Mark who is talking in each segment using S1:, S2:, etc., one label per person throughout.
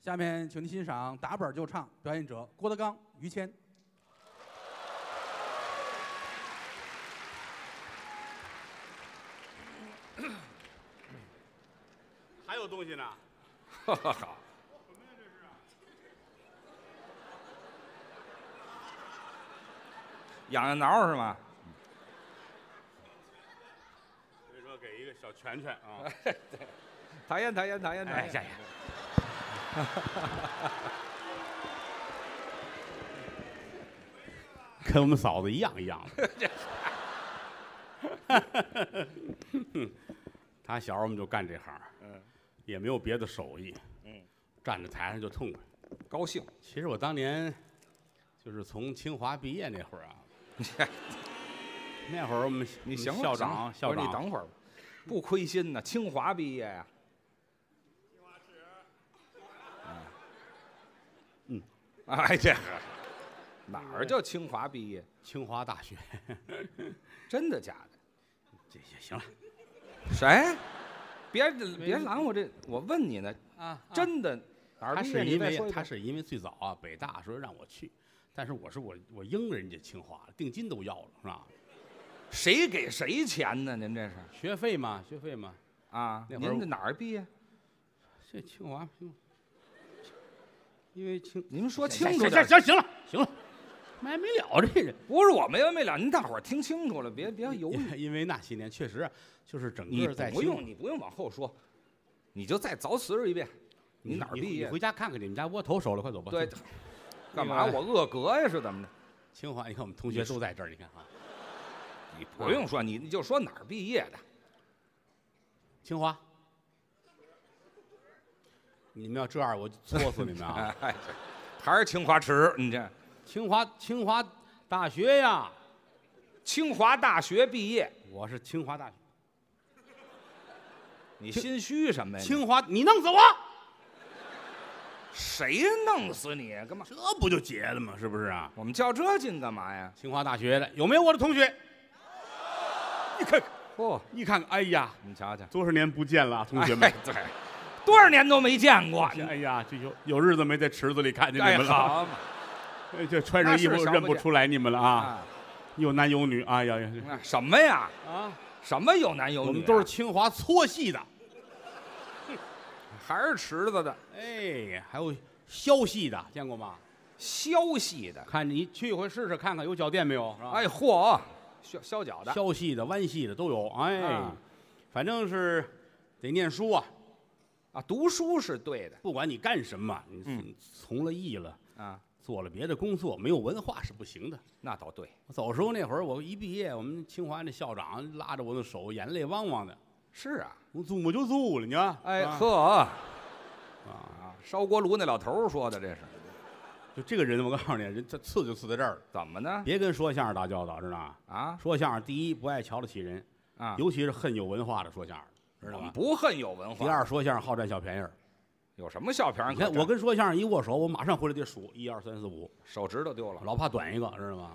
S1: 下面，请您欣赏打板就唱，表演者郭德纲、于谦。
S2: 还有东西呢？
S3: 哈哈哈，痒痒挠是吗？
S2: 所以说给一个小拳拳啊， 哎
S3: 讨厌讨厌讨厌讨厌！
S1: 呀，
S2: 跟我们嫂子一样一样 的。他小时候我们就干这行，
S3: 嗯，
S2: 也没有别的手艺，
S3: 嗯，
S2: 站在台上就痛快。
S3: 高兴，
S2: 其实我当年就是从清华毕业那会儿啊， 那会儿我们
S3: 你行
S2: 我
S3: 了
S2: 们校
S3: 行
S2: 长校
S3: 了不是你
S2: 长
S3: 等会儿吧，不亏心呐，清华毕业呀、
S2: 嗯
S3: 嗯，哎这哪儿叫清华毕业？
S2: 清华大学，
S3: 真的假的？
S2: 这也行了，
S3: 谁？别别拦我这，我问你呢，
S1: 啊，
S3: 真的哪儿
S2: 他
S3: 毕业？
S2: 是
S3: 你
S2: 因
S3: 再
S2: 为
S3: 说一
S2: 他
S3: 遍
S2: 是因为最早啊北大说让我去，但是我是我我应人家清华了，定金都要了是吧？
S3: 谁给谁钱呢？您这是
S2: 学费嘛，学费嘛，
S3: 啊？
S2: 那会儿
S3: 您这哪儿毕业？
S2: 这清华清华，因为清
S3: 您说
S2: 行
S3: 清楚
S2: 行行行
S3: 点儿。
S2: 行了行了，没没了这人。
S3: 不是我没完没了，您大伙儿听清楚了，别别 犹豫。
S2: 因因为那些年确实啊就是整
S3: 你
S2: 个在
S3: 不
S2: 清
S3: 用，你不用往后说，你就再凿实一遍，你哪儿毕业
S2: 你？回家看看你们家窝头熟了，快走吧。
S3: 对
S2: 走，
S3: 干嘛
S2: 那个
S3: 我饿格呀？是怎么的？
S2: 清华，你看我们同学都在这儿，你看啊，
S3: 你不用说，你你就说哪儿毕业的。
S2: 清华，你们要这样我就搓死你们 啊！
S3: 哎，还是清华池？你这
S2: 清华，清华大学呀，
S3: 清华大学毕业，
S2: 我是清华大学。
S3: 你心虚什么呀？
S2: 清华，你弄死我，
S3: 谁弄死你？干嘛？
S2: 这不就结了吗？是不是啊？
S3: 我们较这劲干嘛呀？
S2: 清华大学的有没有我的同学？ 你看看，
S3: 嚯，
S2: 你看看，哎呀，
S3: 你瞧瞧，
S2: 多少年不见了啊，同学们
S3: 哎，。对，多少年都没见过。
S2: 哎呀，这有有日子没在池子里看见你
S3: 哎，
S2: 们了啊，
S3: 好嘛
S2: 哎这穿上衣
S3: 那
S2: 服
S3: 是瞧
S2: 认
S3: 不
S2: 不
S3: 见
S2: 出来你们了啊，
S3: 啊！
S2: 有男有女，哎呀呀，呀
S3: 那什么呀？
S2: 啊，
S3: 什么有男有女啊？
S2: 我们都是清华搓戏的，
S3: 还是池子的
S2: 哎，还有削戏的，见过吗？
S3: 消息的。
S2: 看你去一回试试看看，有脚垫没有？是吧
S3: 哎，嚯，削削脚的，
S2: 削戏的、弯戏的都有，哎，
S3: 啊
S2: 反正是得念书啊，
S3: 啊，读书是对的
S2: 不管你干什么，你
S3: 嗯
S2: 从了艺了，
S3: 啊，
S2: 做了别的工作，没有文化是不行的。
S3: 那倒对，
S2: 我走时候那会儿，我一毕业，我们清华那校长拉着我的手，眼泪汪汪的。
S3: 是啊，
S2: 我祖母就祖了，你看，
S3: 哎
S2: 啊
S3: 呵啊，烧锅炉那老头儿说的这是
S2: 就这个人，我告诉你，人这刺就刺在这儿了。
S3: 怎么呢？
S2: 别跟说相声打交道，知道吗？
S3: 啊
S2: 说相声第一不爱瞧得起人，
S3: 啊，
S2: 尤其是恨有文化的说相声，知
S3: 我
S2: 道
S3: 们
S2: 吗？
S3: 不恨有文化，
S2: 第二，说相声好占小便宜儿。
S3: 有什么笑片儿
S2: 你
S3: 可
S2: 看
S3: 占？
S2: 我跟说相声一握手，我马上回来得数一二三四五，
S3: 手指头丢了，
S2: 老怕短一个，知道吗？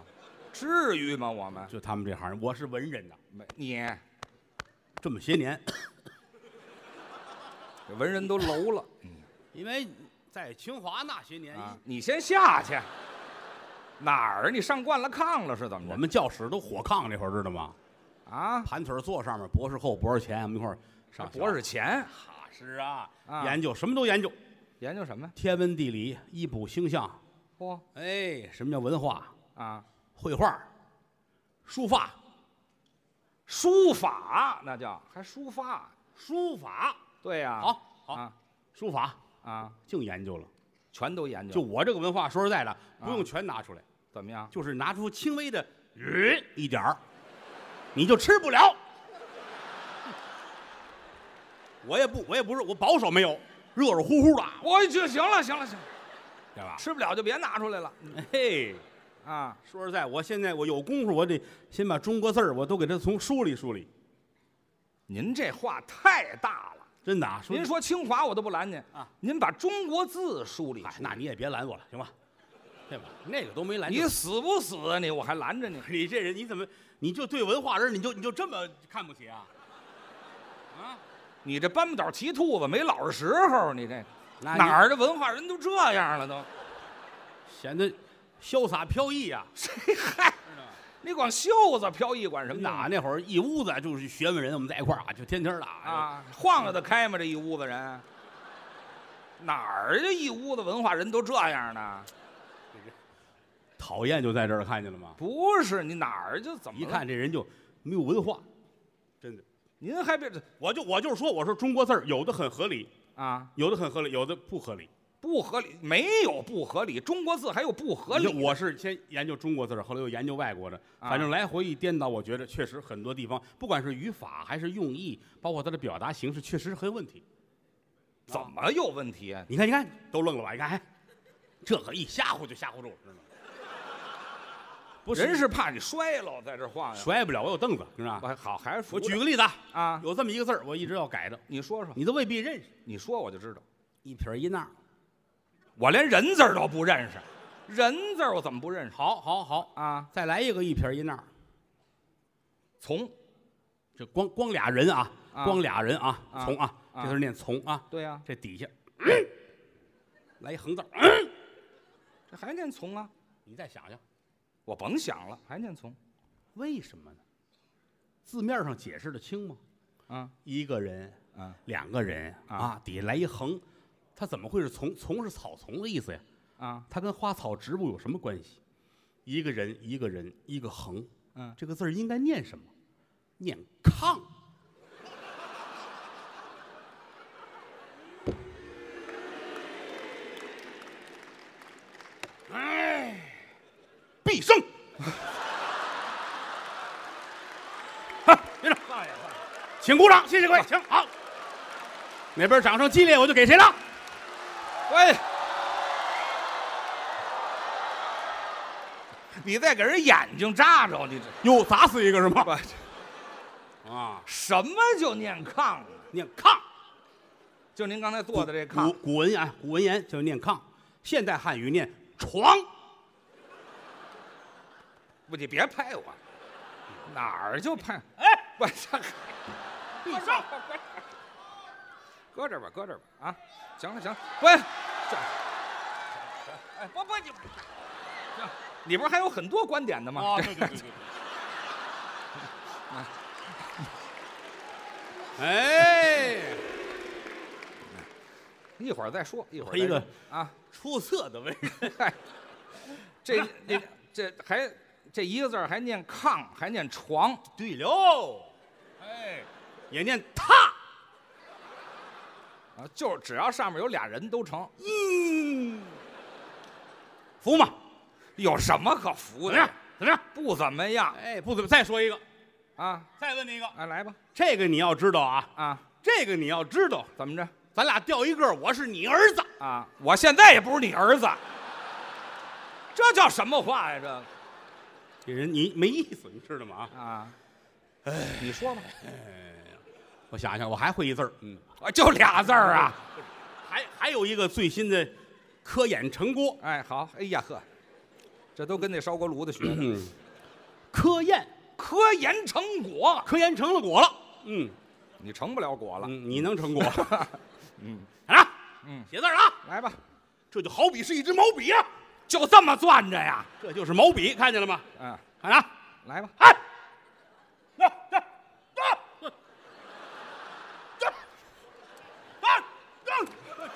S3: 至于吗？我们
S2: 就他们这行，我是文人呐，
S3: 没你
S2: 这么些年，
S3: 这文人都楼了
S2: 因为在清华那些年，
S3: 啊，你先下去。哪儿？你上惯了炕了是怎么
S2: 我
S3: 着？
S2: 们教室都火炕那会儿，知道吗？
S3: 啊，
S2: 盘腿坐上面，博士后、博士前，我们一块儿上学
S3: 博士前
S2: 哈是啊，
S3: 啊
S2: 研究什么都研究，
S3: 研究什么呀？
S2: 天文地理、医卜星象，
S3: 嚯
S2: 哎，什么叫文化？
S3: 啊，
S2: 绘画、书法、
S3: 书法那叫还书法，
S2: 书法，
S3: 对呀、
S2: 好好，
S3: 啊
S2: 书法
S3: 啊，
S2: 净研究了。
S3: 全都研究，
S2: 就我这个文化，说实在的，不用全拿出来，
S3: 怎么样？
S2: 就是拿出轻微的呃一点儿，你就吃不了。我也不，我也不是，我保守没有，热热乎乎的，
S3: 我就行了，行了，行了，
S2: 对吧？
S3: 吃不了就别拿出来了
S2: 嗯嘿。
S3: 啊！
S2: 说实在，我现在我有功夫，我得先把中国字儿我都给它从梳理梳理。
S3: 您这话太大了，
S2: 真的啊，
S3: 您说清华我都不拦您
S2: 啊，
S3: 您把中国字梳理
S2: 哎，
S3: 梳理，
S2: 那你也别拦我了，行吧？对吧？那个都没拦
S3: 你死不死啊你？我还拦着你，
S2: 你这人你怎么你就对文化人你就你就这么看不起啊？
S3: 啊你这搬不倒骑兔子没老实时候，你这
S2: 那
S3: 哪儿的文化人都这样了都？
S2: 显得潇洒飘逸啊呀、
S3: 谁嗨？你光袖子飘逸管什么用
S2: 哪那会儿一屋子就是学问人，我们在一块儿啊，就天天的啊，
S3: 啊？晃悠得开吗？这一屋子人，哪儿的一屋子文化人都这样呢？
S2: 讨厌就在这儿看见了吗？
S3: 不是你哪儿就怎么
S2: 一
S3: 了
S2: 看这人就没有文化，真的。
S3: 您还别
S2: 我就我就是说，我说中国字儿有的很合理，
S3: 啊，
S2: 有的很合理，有的不合理。
S3: 不合理，没有不合理，中国字还有不合
S2: 你
S3: 理。
S2: 就我是先研究中国字儿，后来又研究外国的，
S3: 啊
S2: 反正来回一颠倒，我觉得确实很多地方，不管是语法还是用意，包括它的表达形式，确实很有问题。
S3: 怎么有问题啊？
S2: 你看，你看，都愣了吧？你看，哎，这可一吓唬就吓唬住了，知道 吗？不
S3: 人是怕你摔了，在这晃悠。
S2: 摔不了，我有凳子，知道
S3: 我
S2: 吧？
S3: 还好，还是服
S2: 我
S3: 了
S2: 举个例子啊，
S3: 啊，
S2: 有这么一个字儿，我一直要改的，
S3: 你说说，
S2: 你都未必认识，
S3: 你说我就知道，
S2: 一撇一捺。
S3: 我连人字儿都不认识，人字儿我怎么不认识
S2: 好，好，好，
S3: 啊？
S2: 再来一个一撇一捺，
S3: 从，
S2: 这光光俩人啊，
S3: 啊
S2: 光俩人啊，
S3: 啊
S2: 从啊，
S3: 啊嗯
S2: 这字儿念从啊，
S3: 对呀、
S2: 这底下、来一横字儿，
S3: 嗯这还念从啊？
S2: 你再想想，
S3: 我甭想了，还念从
S2: 为什么呢？字面上解释的清吗？
S3: 啊？
S2: 一个人，
S3: 啊，
S2: 两个人
S3: 啊
S2: 啊，底下来一横，它怎么会是从？从是草丛的意思呀，
S3: 啊，
S2: 它跟花草植物有什么关系？一个人，一个人，一个横，
S3: 嗯，
S2: 这个字儿应该念什么？念炕。 哎，毕生。别少爷，请鼓掌，谢谢各位，请好。哪边掌声激烈，我就给谁了。
S3: 喂，
S2: 哎
S3: 你再给人眼睛扎着，你这
S2: 哟，砸死一个是吗？
S3: 不
S2: 啊，
S3: 什么就念炕啊？
S2: 念炕。
S3: 就您刚才坐的这
S2: 古
S3: 炕，
S2: 古文啊，古文言就是念炕，现代汉语念床。
S3: 不，你别拍我，哪儿就拍？
S2: 哎，
S3: 我这。
S2: 闭上！
S3: 搁这儿吧，搁这儿吧，啊，行了行了，喂，这，哎，不不你，行，里边还有很多观点的嘛，
S2: 啊，对对对对。 哎，
S3: 一会儿再说，一会儿
S2: 一个
S3: 再说啊，
S2: 出色 的文人，
S3: 嗨， 这这这还这一个字儿还念炕，还念床，
S2: 对喽，
S3: 哎，
S2: 也念榻。
S3: 啊，就只要上面有俩人都成，
S2: 嗯，服吗？
S3: 有什么可
S2: 怎
S3: 服的
S2: 么样
S3: 呀？？
S2: 怎么样？
S3: 不怎么样
S2: 哎，不怎么。再说一个，
S3: 啊，
S2: 再问你一个，
S3: 哎，来吧，
S2: 这个你要知道啊，
S3: 啊，
S2: 这个你要知道，
S3: 怎么着
S2: 咱俩掉一个，我是你儿子。
S3: 啊？我现在也不是你儿子，这叫什么话呀？这个。
S2: 这人你没意思，你知道吗？啊，
S3: 啊，你说吧，
S2: 我想想，我还会一字儿，嗯，
S3: 啊，就俩字儿啊。
S2: 还还有一个最新的科研成果，
S3: 哎，好，哎呀呵，这都跟那烧锅炉子学的，
S2: 科研
S3: 科研成果，
S2: 科研成了果了，嗯，
S3: 你成不了果了。
S2: 嗯你能成果，
S3: 嗯，
S2: 啊，
S3: 嗯，
S2: 写字儿啊，
S3: 来吧，
S2: 这就好比是一支毛笔啊，
S3: 就这么攥着呀。
S2: 这就是毛笔，看见了吗？
S3: 嗯，
S2: 看啊，
S3: 来吧，
S2: 哎，这这这这这这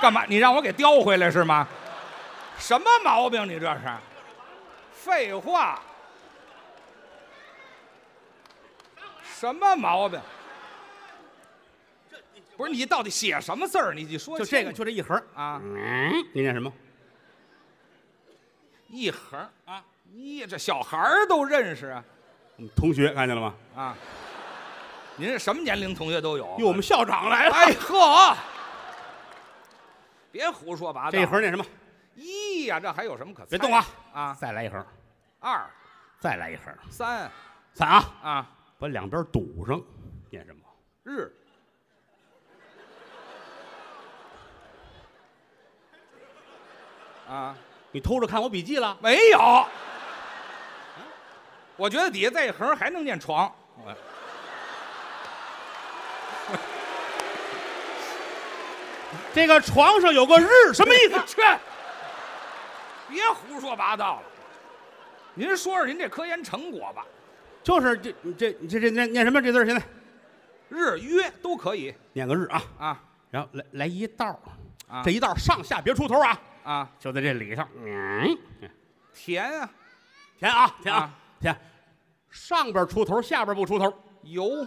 S3: 干嘛？你让我给叼回来是吗？什么毛病？你这是？废话。什么毛病？不是你到底写什么字儿？你你说
S2: 就这个，
S3: 清楚
S2: 就这一盒儿，
S3: 啊，
S2: 嗯，你念什么？
S3: 一横儿
S2: 啊，
S3: 咦，这小孩儿都认识啊
S2: 我们同学看见了吗？
S3: 啊！您这什么年龄同学都有？
S2: 哟，我们校长来了。
S3: 哎呵，别胡说八道。
S2: 这一盒念什么？
S3: 一呀，这还有什么可猜
S2: 别
S3: 的？
S2: 动啊！
S3: 啊，
S2: 再来一盒，
S3: 二
S2: 再来一盒。
S3: 三
S2: 三啊，
S3: 啊
S2: 把两边堵上，念什么？
S3: 日啊
S2: 你偷着看我笔记了？
S3: 没有。我觉得底下再一横还能念床，
S2: 这个床上有个日，什么意思？
S3: 去，别胡说八道了。您说说您这科研成果吧，
S2: 就是这这这这念念什么这字儿？现在
S3: 日约都可以
S2: 念个日啊，
S3: 啊
S2: 然后来来一道儿，
S3: 啊
S2: 这一道儿上下别出头啊，
S3: 啊，
S2: 就在这里头，嗯，
S3: 甜啊，
S2: 填啊填啊
S3: 啊
S2: 填，上边出头，下边不出头，
S3: 油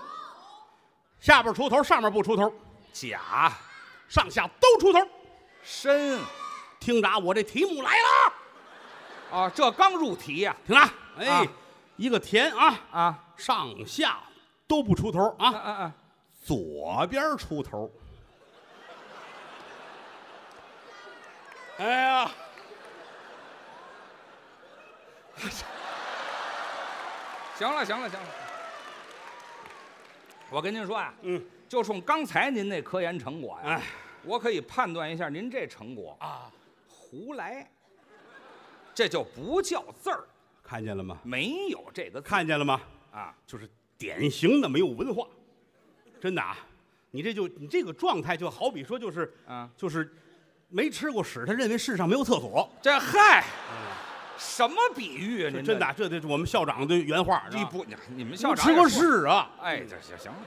S2: 下边出头，上面不出头，
S3: 钾
S2: 上下都出头。
S3: 砷
S2: 听着啊，我这题目来了啊，
S3: 啊，这刚入题呀
S2: 听着啊，哎
S3: 啊，
S2: 一个填啊，
S3: 啊
S2: 上下都不出头
S3: 啊
S2: 啊，
S3: 啊啊，
S2: 左边出头。哎呀，
S3: 行了行了行了，我跟您说啊，
S2: 嗯，
S3: 就冲刚才您那科研成果呀、
S2: 哎
S3: 我可以判断一下您这成果
S2: 啊，
S3: 胡来，这就不叫字儿，
S2: 看见了吗？
S3: 没有这个字
S2: 看见了吗？
S3: 啊，
S2: 就是典型的没有文化，真的啊！你这就你这个状态就好比说就是
S3: 啊
S2: 就是没吃过屎，他认为世上没有厕所，
S3: 这嗨，什么比喻啊？
S2: 是
S3: 您
S2: 真的啊，这这我们校长的原话，
S3: 这，你
S2: 不
S3: 不你啊你们校
S2: 不
S3: 长
S2: 吃过
S3: 也说，
S2: 屎啊，
S3: 哎，这行行了行了，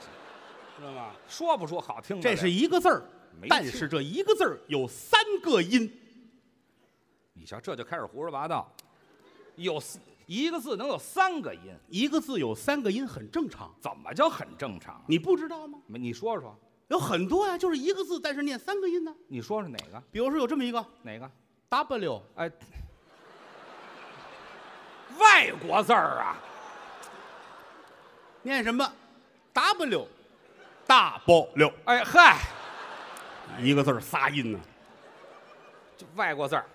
S2: 知道吗？
S3: 说不说好听的
S2: 这
S3: 了
S2: 是一个字儿
S3: 没，
S2: 但
S3: 听
S2: 是这一个字儿有三个音，
S3: 你瞧，这就开始胡说八道，有四一个字能有三个音，
S2: 一个字有三个音很正常，
S3: 怎么叫很正常？啊
S2: 你不知道吗？
S3: 你你说说，
S2: 有很多呀、就是一个字，但是念三个音呢。
S3: 你说说哪个
S2: 比如说有这么一个
S3: 哪个？
S2: W，
S3: 哎，外国字儿啊，
S2: 念什么？W，大爆六，
S3: 哎嗨，
S2: 一个字儿仨音呢、
S3: 这外国字儿，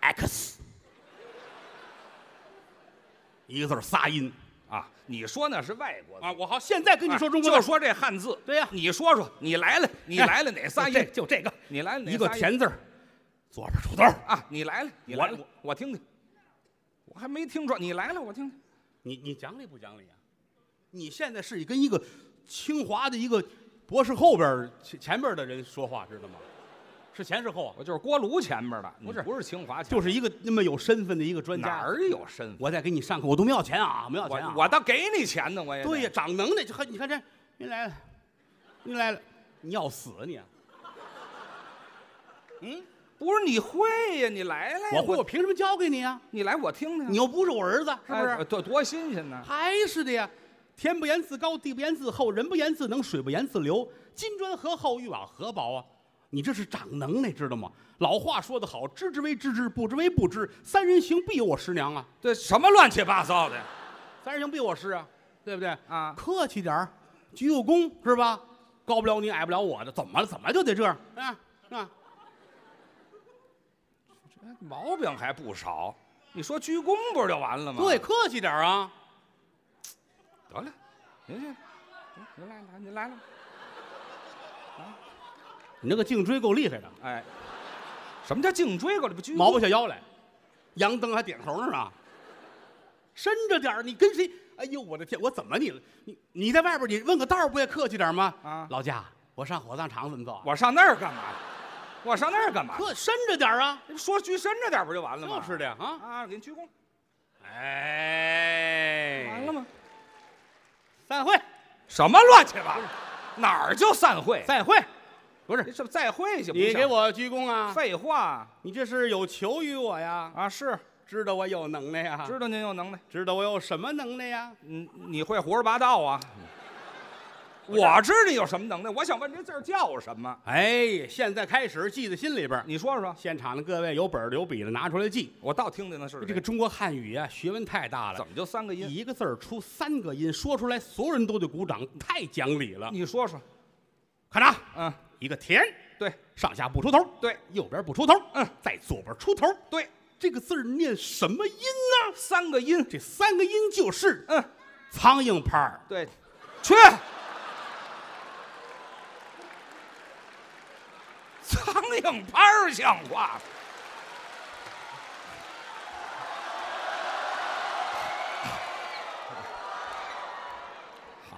S2: X，一个字儿仨音
S3: 啊，你说那是外国字
S2: 啊！我好，现在跟你说中国
S3: 就
S2: 字，
S3: 说这汉字。
S2: 对呀
S3: 你说说，你来了，你
S2: 哎
S3: 来了哪仨
S2: 就 这
S3: 音？
S2: 就这个
S3: 你来了哪
S2: 一个
S3: 仨音
S2: 田字儿，左边出头，
S3: 啊，你来了，你
S2: 我
S3: 来了，我听听，我还没听说，你来了，我听听。
S2: 你你讲理不讲理啊？你现在是跟一个清华的一个博士后边儿前前边儿的人说话，知道吗？是前是后啊？
S3: 我就是锅炉前面的，
S2: 不是
S3: 你不是清华前
S2: 就
S3: 面，
S2: 是一个那么有身份的一个专家。
S3: 哪儿有身份？
S2: 我再给你上课，我都没要钱啊，没要钱啊
S3: 我！我倒给你钱呢，我也得
S2: 对呀，长能耐就看，你看这，您来了，您来了，你要死啊你啊！
S3: 不是你会呀，你来了呀，
S2: 哎我会，我凭什么教给你啊？
S3: 你来我听听，
S2: 你又不是我儿子，是不
S3: 哎
S2: 是？
S3: 多多新鲜呢？
S2: 还是的呀，天不言自高，地不言自厚，人不言自能，水不言自流。金砖何厚，玉瓦何薄啊！你这是长能耐，知道吗？老话说得好，知之为知之，不知为不知。三人行必有我师娘啊，
S3: 这什么乱七八糟的
S2: 三人行必有我师啊，对不对？
S3: 啊？
S2: 客气点儿，鞠个躬是吧？高不了你，矮不了我的，怎么了？怎么就得这样啊？啊，
S3: 毛病还不少。你说鞠躬不是就完了吗？
S2: 对，客气点儿啊！
S3: 得了，您这，您来来，您来了，
S2: 你那个颈椎够厉害的，
S3: 哎，什么叫颈椎过来不鞠躬？
S2: 毛不下腰来，杨灯还点头呢啊！伸着点儿，你跟谁？哎呦，我的天，我怎么你了？你你在外边，你问个道儿不也客气点儿吗？
S3: 啊
S2: 老家，我上火葬场怎么走啊？
S3: 我上那儿干嘛？我上那儿干嘛？
S2: 客伸着点儿啊！
S3: 说鞠深着点 不就完了吗？
S2: 就是的啊！
S3: 啊，给你鞠躬，
S2: 哎，
S3: 完了？吗？
S2: 散会，
S3: 什么乱七八糟，哪儿就散会？
S2: 散会，不是
S3: 你这再会去？
S2: 你给我鞠躬啊！
S3: 废话
S2: 你这是有求于我呀？
S3: 啊！是
S2: 知道我有能耐呀？
S3: 知道您有能耐，
S2: 知道我有什么能耐呀？
S3: 嗯，你会胡说八道啊？我知道你有什么能耐，我想问这字儿叫什么？
S2: 哎，现在开始记在心里边儿。
S3: 你说说，
S2: 现场的各位有本儿的有笔的拿出来记。
S3: 我倒听听那是
S2: 这个中国汉语啊，学问太大了
S3: 怎，么就三个音？
S2: 一个字儿出三个音，说出来所有人都得鼓掌，太讲理了。
S3: 你说说，
S2: 看着啊，
S3: 嗯，
S2: 一个田，
S3: 对
S2: 上下不出头，
S3: 对
S2: 右边不出头，
S3: 嗯，
S2: 在左边出头。
S3: 对，
S2: 这个字儿念什么音呢？
S3: 三个音，
S2: 这三个音就是
S3: 嗯，
S2: 苍蝇拍儿。
S3: 对，去。苍蝇拍儿像话吗？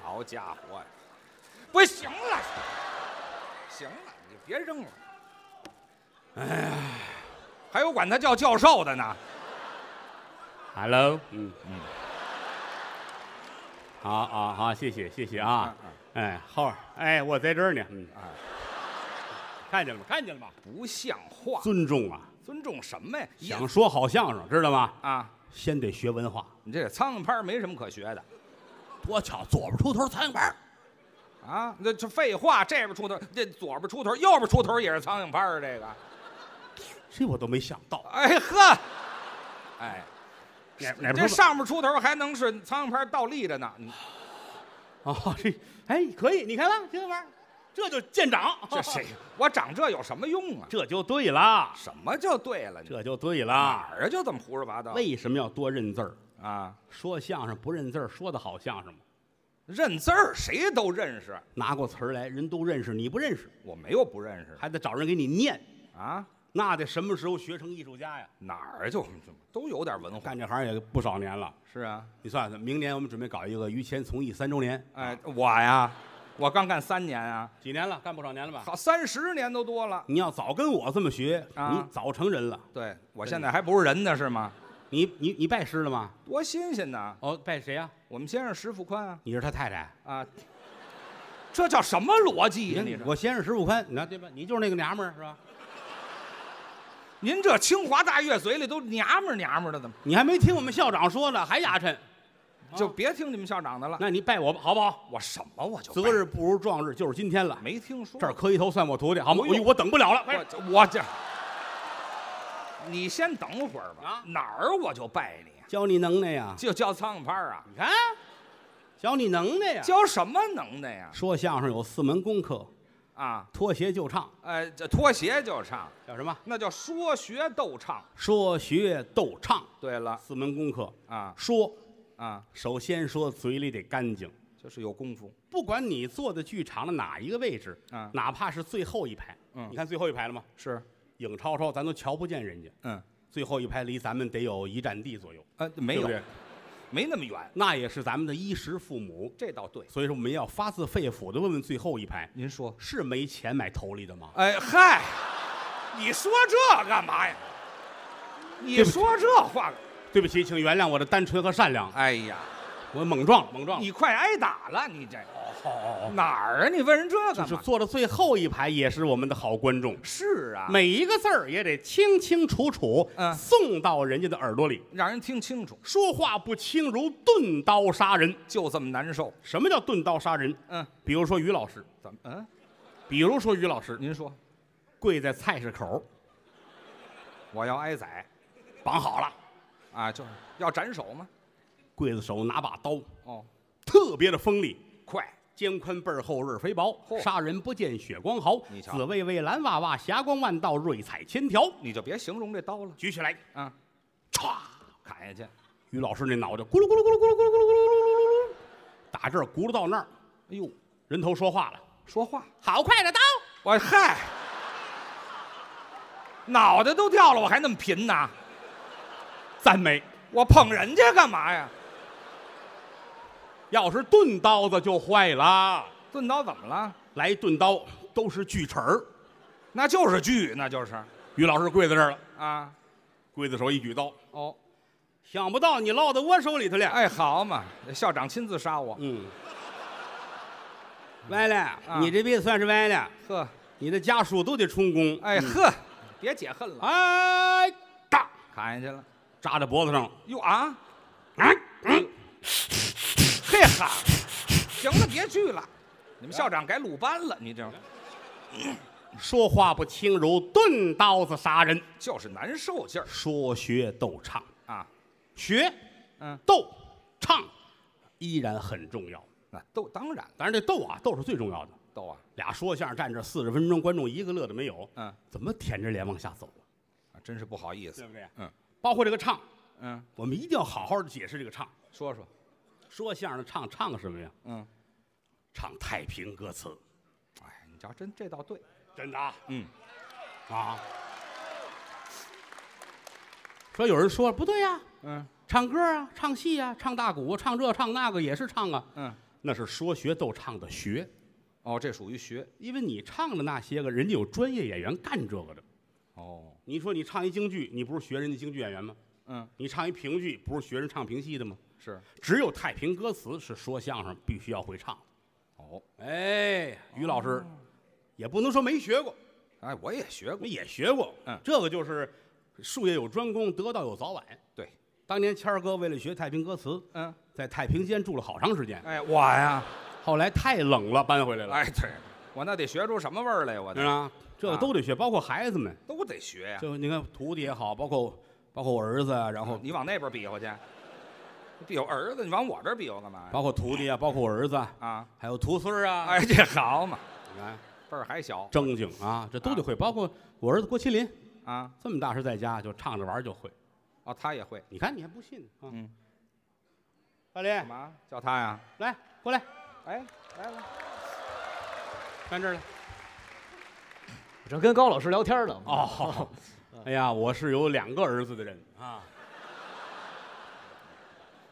S3: 好家伙呀！不行了，行了，你别扔了，哎还有管他叫教授的呢。
S2: Hello，
S3: 嗯
S2: 嗯，好啊好，谢谢谢谢啊，哎后哎我在这儿呢，嗯
S3: 嗯啊，
S2: 看见了吗？看见了吗？
S3: 不像话，
S2: 尊重啊，
S3: 尊重什么呀？
S2: 想说好相声知道吗？
S3: 啊，
S2: 先得学文化，
S3: 你这苍蝇拍儿没什么可学的
S2: 多巧，左边出头，苍蝇拍儿，
S3: 啊。那这废话，这边出头，这左边出头，右边出头也是苍蝇拍儿。啊这个，
S2: 这我都没想到，
S3: 哎呵，哎，
S2: 哪哪边出
S3: 这
S2: 头
S3: 上面出头还能是苍蝇拍儿倒立着呢？你
S2: 哦，这哎可以，你看吧，这玩意儿， 这就见长，
S3: 这谁？我长这有什么用啊？
S2: 这就对了，
S3: 什么就对了？你
S2: 这就对
S3: 哪
S2: 了。
S3: 儿啊就这么胡说八道
S2: 为什么要多认字儿？
S3: 啊？
S2: 说相声不认字儿，说的好相声吗？
S3: 认字儿谁都认识，
S2: 拿过词儿来，人都认识，你不认识，
S3: 我没有不认识的
S2: 还得找人给你念，
S3: 啊。
S2: 那得什么时候学成艺术家呀？
S3: 哪儿啊就就都有点文化。
S2: 干这行也不少年了，
S3: 是啊，
S2: 你算算，明年我们准备搞一个于谦从艺三周年，
S3: 哎，我呀，我刚干三年啊，
S2: 几年了？干不少年了吧？
S3: 好三十年都多了。
S2: 你要早跟我这么学，
S3: 啊
S2: 你早成人了。
S3: 对我
S2: 真
S3: 现
S2: 的
S3: 在还不是人呢，是吗？
S2: 你你你拜师了吗？
S3: 多新鲜呐！
S2: 哦，拜谁呀、
S3: 我们先生石富宽啊
S2: 你是他太太。
S3: 啊，这叫什么逻辑呀？你
S2: 你
S3: 这
S2: 我先生石富宽，你看对吧？你就是那个娘们儿是吧？
S3: 您这清华大乐嘴里都娘们儿娘们儿的，怎么
S2: 你还没听我们校长说呢，还牙碜？啊
S3: 就别听你们校长的了？
S2: 那你拜我吧，好不好？
S3: 我什么我就
S2: 择日不如撞日，就是今天了。
S3: 没听说
S2: 这儿磕一头算我徒弟，好吗？
S3: 哎
S2: 我
S3: 呦
S2: 我等嗯不了了，快
S3: 我这我这，你先等会儿吧。
S2: 啊
S3: 哪儿我就拜你，
S2: 教你能耐呀！
S3: 就叫苍蝇拍儿啊，
S2: 你看，教你能耐哎呀！
S3: 教什么能耐呀？
S2: 说相声有四门功课：
S3: 啊，
S2: 脱鞋就唱，
S3: 呃，这脱鞋就唱，
S2: 叫什么？
S3: 那叫说学逗唱。
S2: 说学逗唱，
S3: 对了，
S2: 四门功课。
S3: 啊
S2: 说，
S3: 啊，
S2: 首先说嘴里得干净，
S3: 就是有功夫。
S2: 不管你坐在剧场的哪一个位置，
S3: 啊
S2: 哪怕是最后一排，
S3: 嗯
S2: 你看最后一排了吗？
S3: 是，
S2: 影超超，咱都瞧不见人家，
S3: 嗯，
S2: 最后一排离咱们得有一站地左右，
S3: 呃，没
S2: 对
S3: 有
S2: 不，对
S3: 没那么远，
S2: 那也是咱们的衣食父母，
S3: 这倒对。
S2: 所以说我们要发自肺腑的问问最后一排，
S3: 您说，
S2: 是没钱买头里的吗？
S3: 哎嗨，你说这干嘛呀？你
S2: 对不起
S3: 说这话，
S2: 对不起，请原谅我的单纯和善良，
S3: 哎呀，
S2: 我猛撞了猛撞了。
S3: 你快挨打了，你这
S2: 哦，
S3: 哪儿啊？你问人这
S2: 就
S3: 干
S2: 是
S3: 嘛？
S2: 坐到最后一排也是我们的好观众，
S3: 是啊，
S2: 每一个字儿也得清清楚楚，
S3: 嗯
S2: 送到人家的耳朵里。
S3: 让人听清楚，
S2: 说话不清如钝刀杀人。
S3: 就这么难受。
S2: 什么叫钝刀杀人？
S3: 嗯，
S2: 比如说于老师，
S3: 怎么？嗯，
S2: 比如说于老师
S3: 您说，
S2: 跪在菜市口
S3: 我要挨宰
S2: 绑好了，
S3: 啊，就是要斩首吗？
S2: 刽子手拿把刀，
S3: 哦，
S2: 特别的锋利，
S3: 快，
S2: 肩宽背儿厚，刃儿肥薄，
S3: 嚯
S2: 杀人不见血光毫。
S3: 你瞧
S2: 紫薇薇，蓝娃娃，霞光万道，瑞彩千条。
S3: 你就别形容这刀了
S2: 举起来，
S3: 啊，
S2: 歘，
S3: 砍下去。哎
S2: 于老师那脑袋咕噜咕噜咕噜咕噜咕噜咕噜咕噜咕噜咕噜咕噜，打这儿咕噜到那儿，
S3: 哎呦，
S2: 人头说话了，
S3: 说话，
S2: 好快的刀！
S3: 我嗨，脑袋都掉了，我还那么贫呐？
S2: 赞美。
S3: 我捧人家干嘛呀？
S2: 要是钝刀子就坏了，
S3: 钝刀怎么了？
S2: 来一钝刀都是锯齿儿。
S3: 那就是锯，那就是
S2: 于老师跪在这儿了，
S3: 啊，
S2: 刽子手一举刀，
S3: 哦，
S2: 想不到你落到我手里头了。
S3: 哎，好嘛，校长亲自杀我，
S2: 嗯，啊歪了，你这辈子算是歪了，
S3: 呵，
S2: 你的家属都得充公。
S3: 哎
S2: 嗯，
S3: 呵，别解恨了，
S2: 哎，当，
S3: 砍下去了。
S2: 扎在脖子上了。
S3: 哟啊，嗯
S2: 哎
S3: 嘿哈，行了，别锯了，你们校长改鲁班了，你这
S2: 说话不轻如钝刀子杀人，
S3: 就是难受劲儿
S2: 说学逗唱，
S3: 啊。
S2: 学
S3: 嗯，
S2: 逗唱依然很重要。
S3: 那都当然了，
S2: 当然，这逗啊，逗是最重要的。
S3: 都啊，
S2: 俩说相声站这四十分钟，观众一个乐的没有，
S3: 嗯，
S2: 怎么舔着脸往下走？
S3: 啊真是不好意思。
S2: 不对？
S3: 嗯
S2: 包括这个唱，
S3: 嗯，
S2: 我们一定要好好的解释这个唱。
S3: 说说，
S2: 说相声的唱唱什么呀？
S3: 嗯，
S2: 唱太平歌词，
S3: 哎，你瞧，真这倒对，
S2: 真的啊
S3: 嗯，
S2: 啊！说有人说不对呀、
S3: 嗯
S2: 唱歌啊，唱戏啊，唱大鼓，唱这唱那个也是唱啊，
S3: 嗯，
S2: 那是说学逗唱的学，
S3: 哦，这属于学
S2: 因为你唱的那些个，人家有专业演员干这个的，
S3: 哦，
S2: 你说你唱一京剧，你不是学人家京剧演员吗？
S3: 嗯，
S2: 你唱一评剧，不是学人唱评戏的吗？
S3: 是，
S2: 只有太平歌词是说相声必须要会唱。
S3: 哦，
S2: 哎，于老师，也不能说没学过，
S3: 哎，我也学过，
S2: 也学过。
S3: 嗯
S2: 这个就是术业有专攻，得道有早晚。
S3: 对，
S2: 当年谦儿哥为了学太平歌词，
S3: 嗯，
S2: 在太平间住了好长时间，
S3: 哎，我呀，
S2: 后来太冷了，搬回来了。
S3: 哎，对，我那得学出什么味儿来，我
S2: 是
S3: 得
S2: 吧？这个都得
S3: 啊
S2: 学，包括孩子们，
S3: 都得学呀。嗯
S2: 就你看徒弟也好，包括包括我儿子啊，然后
S3: 你往那边比划去，比我儿子，你往我这儿比划干嘛呀？
S2: 包括徒弟啊，包括我儿子啊，
S3: 啊，
S2: 还有徒孙儿啊，
S3: 哎，，这好嘛，
S2: 你看
S3: 辈儿还小
S2: 正经啊，这都得会。包括我儿子郭麒麟，
S3: 啊，
S2: 这么大时在家就唱着玩儿就会。
S3: 哦，他也会
S2: 你看你还不信啊？
S3: 嗯，
S2: 大林
S3: 干嘛叫他呀？
S2: 来过来，
S3: 哎，来来，
S2: 站这儿来。
S4: 我这跟高老师聊天呢。
S2: 哦， 哎呀，我是有两个儿子的人啊，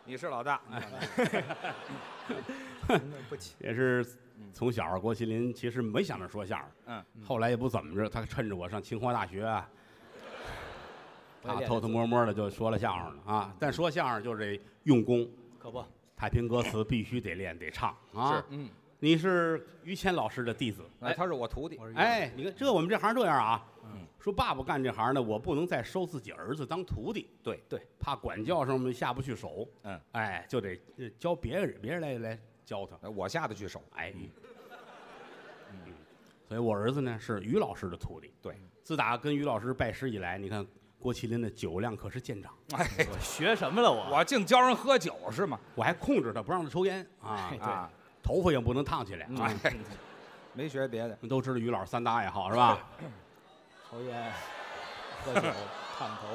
S3: 你是老大，
S4: 不起，
S2: 也是从小郭麒麟其实没想着说相声，
S3: 嗯，
S2: 后来也不怎么着，他趁着我上清华大学 啊，
S4: 我也
S2: 他
S4: 练
S2: 偷
S4: 着
S2: 偷摸摸的就说了相声了啊。但说相声就这用功，
S4: 可不，
S2: 太平歌词必须得练得唱啊
S3: 是。
S4: 嗯，
S2: 你是于谦老师的弟子，
S3: 哎，他是我徒弟，
S4: 我是
S2: 哎，你看这我们这行这样啊
S3: 嗯，
S2: 说爸爸干这行呢，我不能再收自己儿子当徒弟，
S3: 对对，
S2: 怕管教上面下不去手，
S3: 嗯，
S2: 哎，就得呃教别人，别人来来教他，
S3: 哎我下得去手，
S2: 哎，嗯所以我儿子呢是于老师的徒弟，
S3: 对，
S2: 自打跟于老师拜师以来，你看郭麒麟的酒量可是见长，
S3: 哎，
S4: 我学什么了我？
S3: 我净教人喝酒是吗？
S2: 我还控制他不让他抽烟啊
S4: 嘿，对
S3: 啊，
S2: 头发也不能烫起来啊。
S3: 哎，没学别的，
S2: 都知道于老师三大爱好是吧？
S4: 抽烟、喝酒、烫头，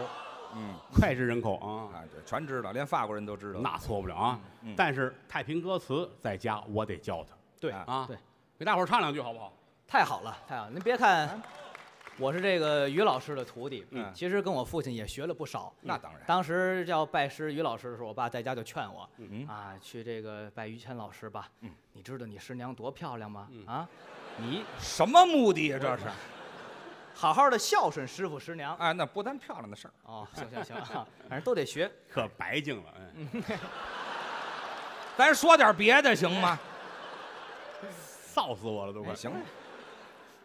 S3: 嗯，
S2: 脍炙人口啊，
S3: 啊，这全知道，连法国人都知道，
S2: 那错不了啊。
S3: 嗯
S2: 但是太平歌词在家我得教他
S4: 对
S3: 啊
S2: 啊，
S4: 对，
S2: 给大伙儿唱两句好不好？
S4: 太好了，太好了！您别看
S3: 啊
S4: 我是这个于老师的徒弟，
S3: 嗯
S4: 其实跟我父亲也学了不少。
S3: 那当然，
S4: 当时要拜师于老师的时候，我爸在家就劝我，
S3: 嗯
S4: 啊，去这个拜于谦老师吧。
S3: 嗯
S4: 你知道你师娘多漂亮吗？
S2: 嗯
S4: 啊，你
S3: 什么目的呀？这是，
S4: 好好的孝顺师傅师娘。
S3: 哎，那不但漂亮的事儿，
S4: 哦，行行行，啊反正都得学。
S2: 可白净了，嗯，
S3: 咱说点别的行吗？
S2: 臊死我了都快
S3: 哎，。行了，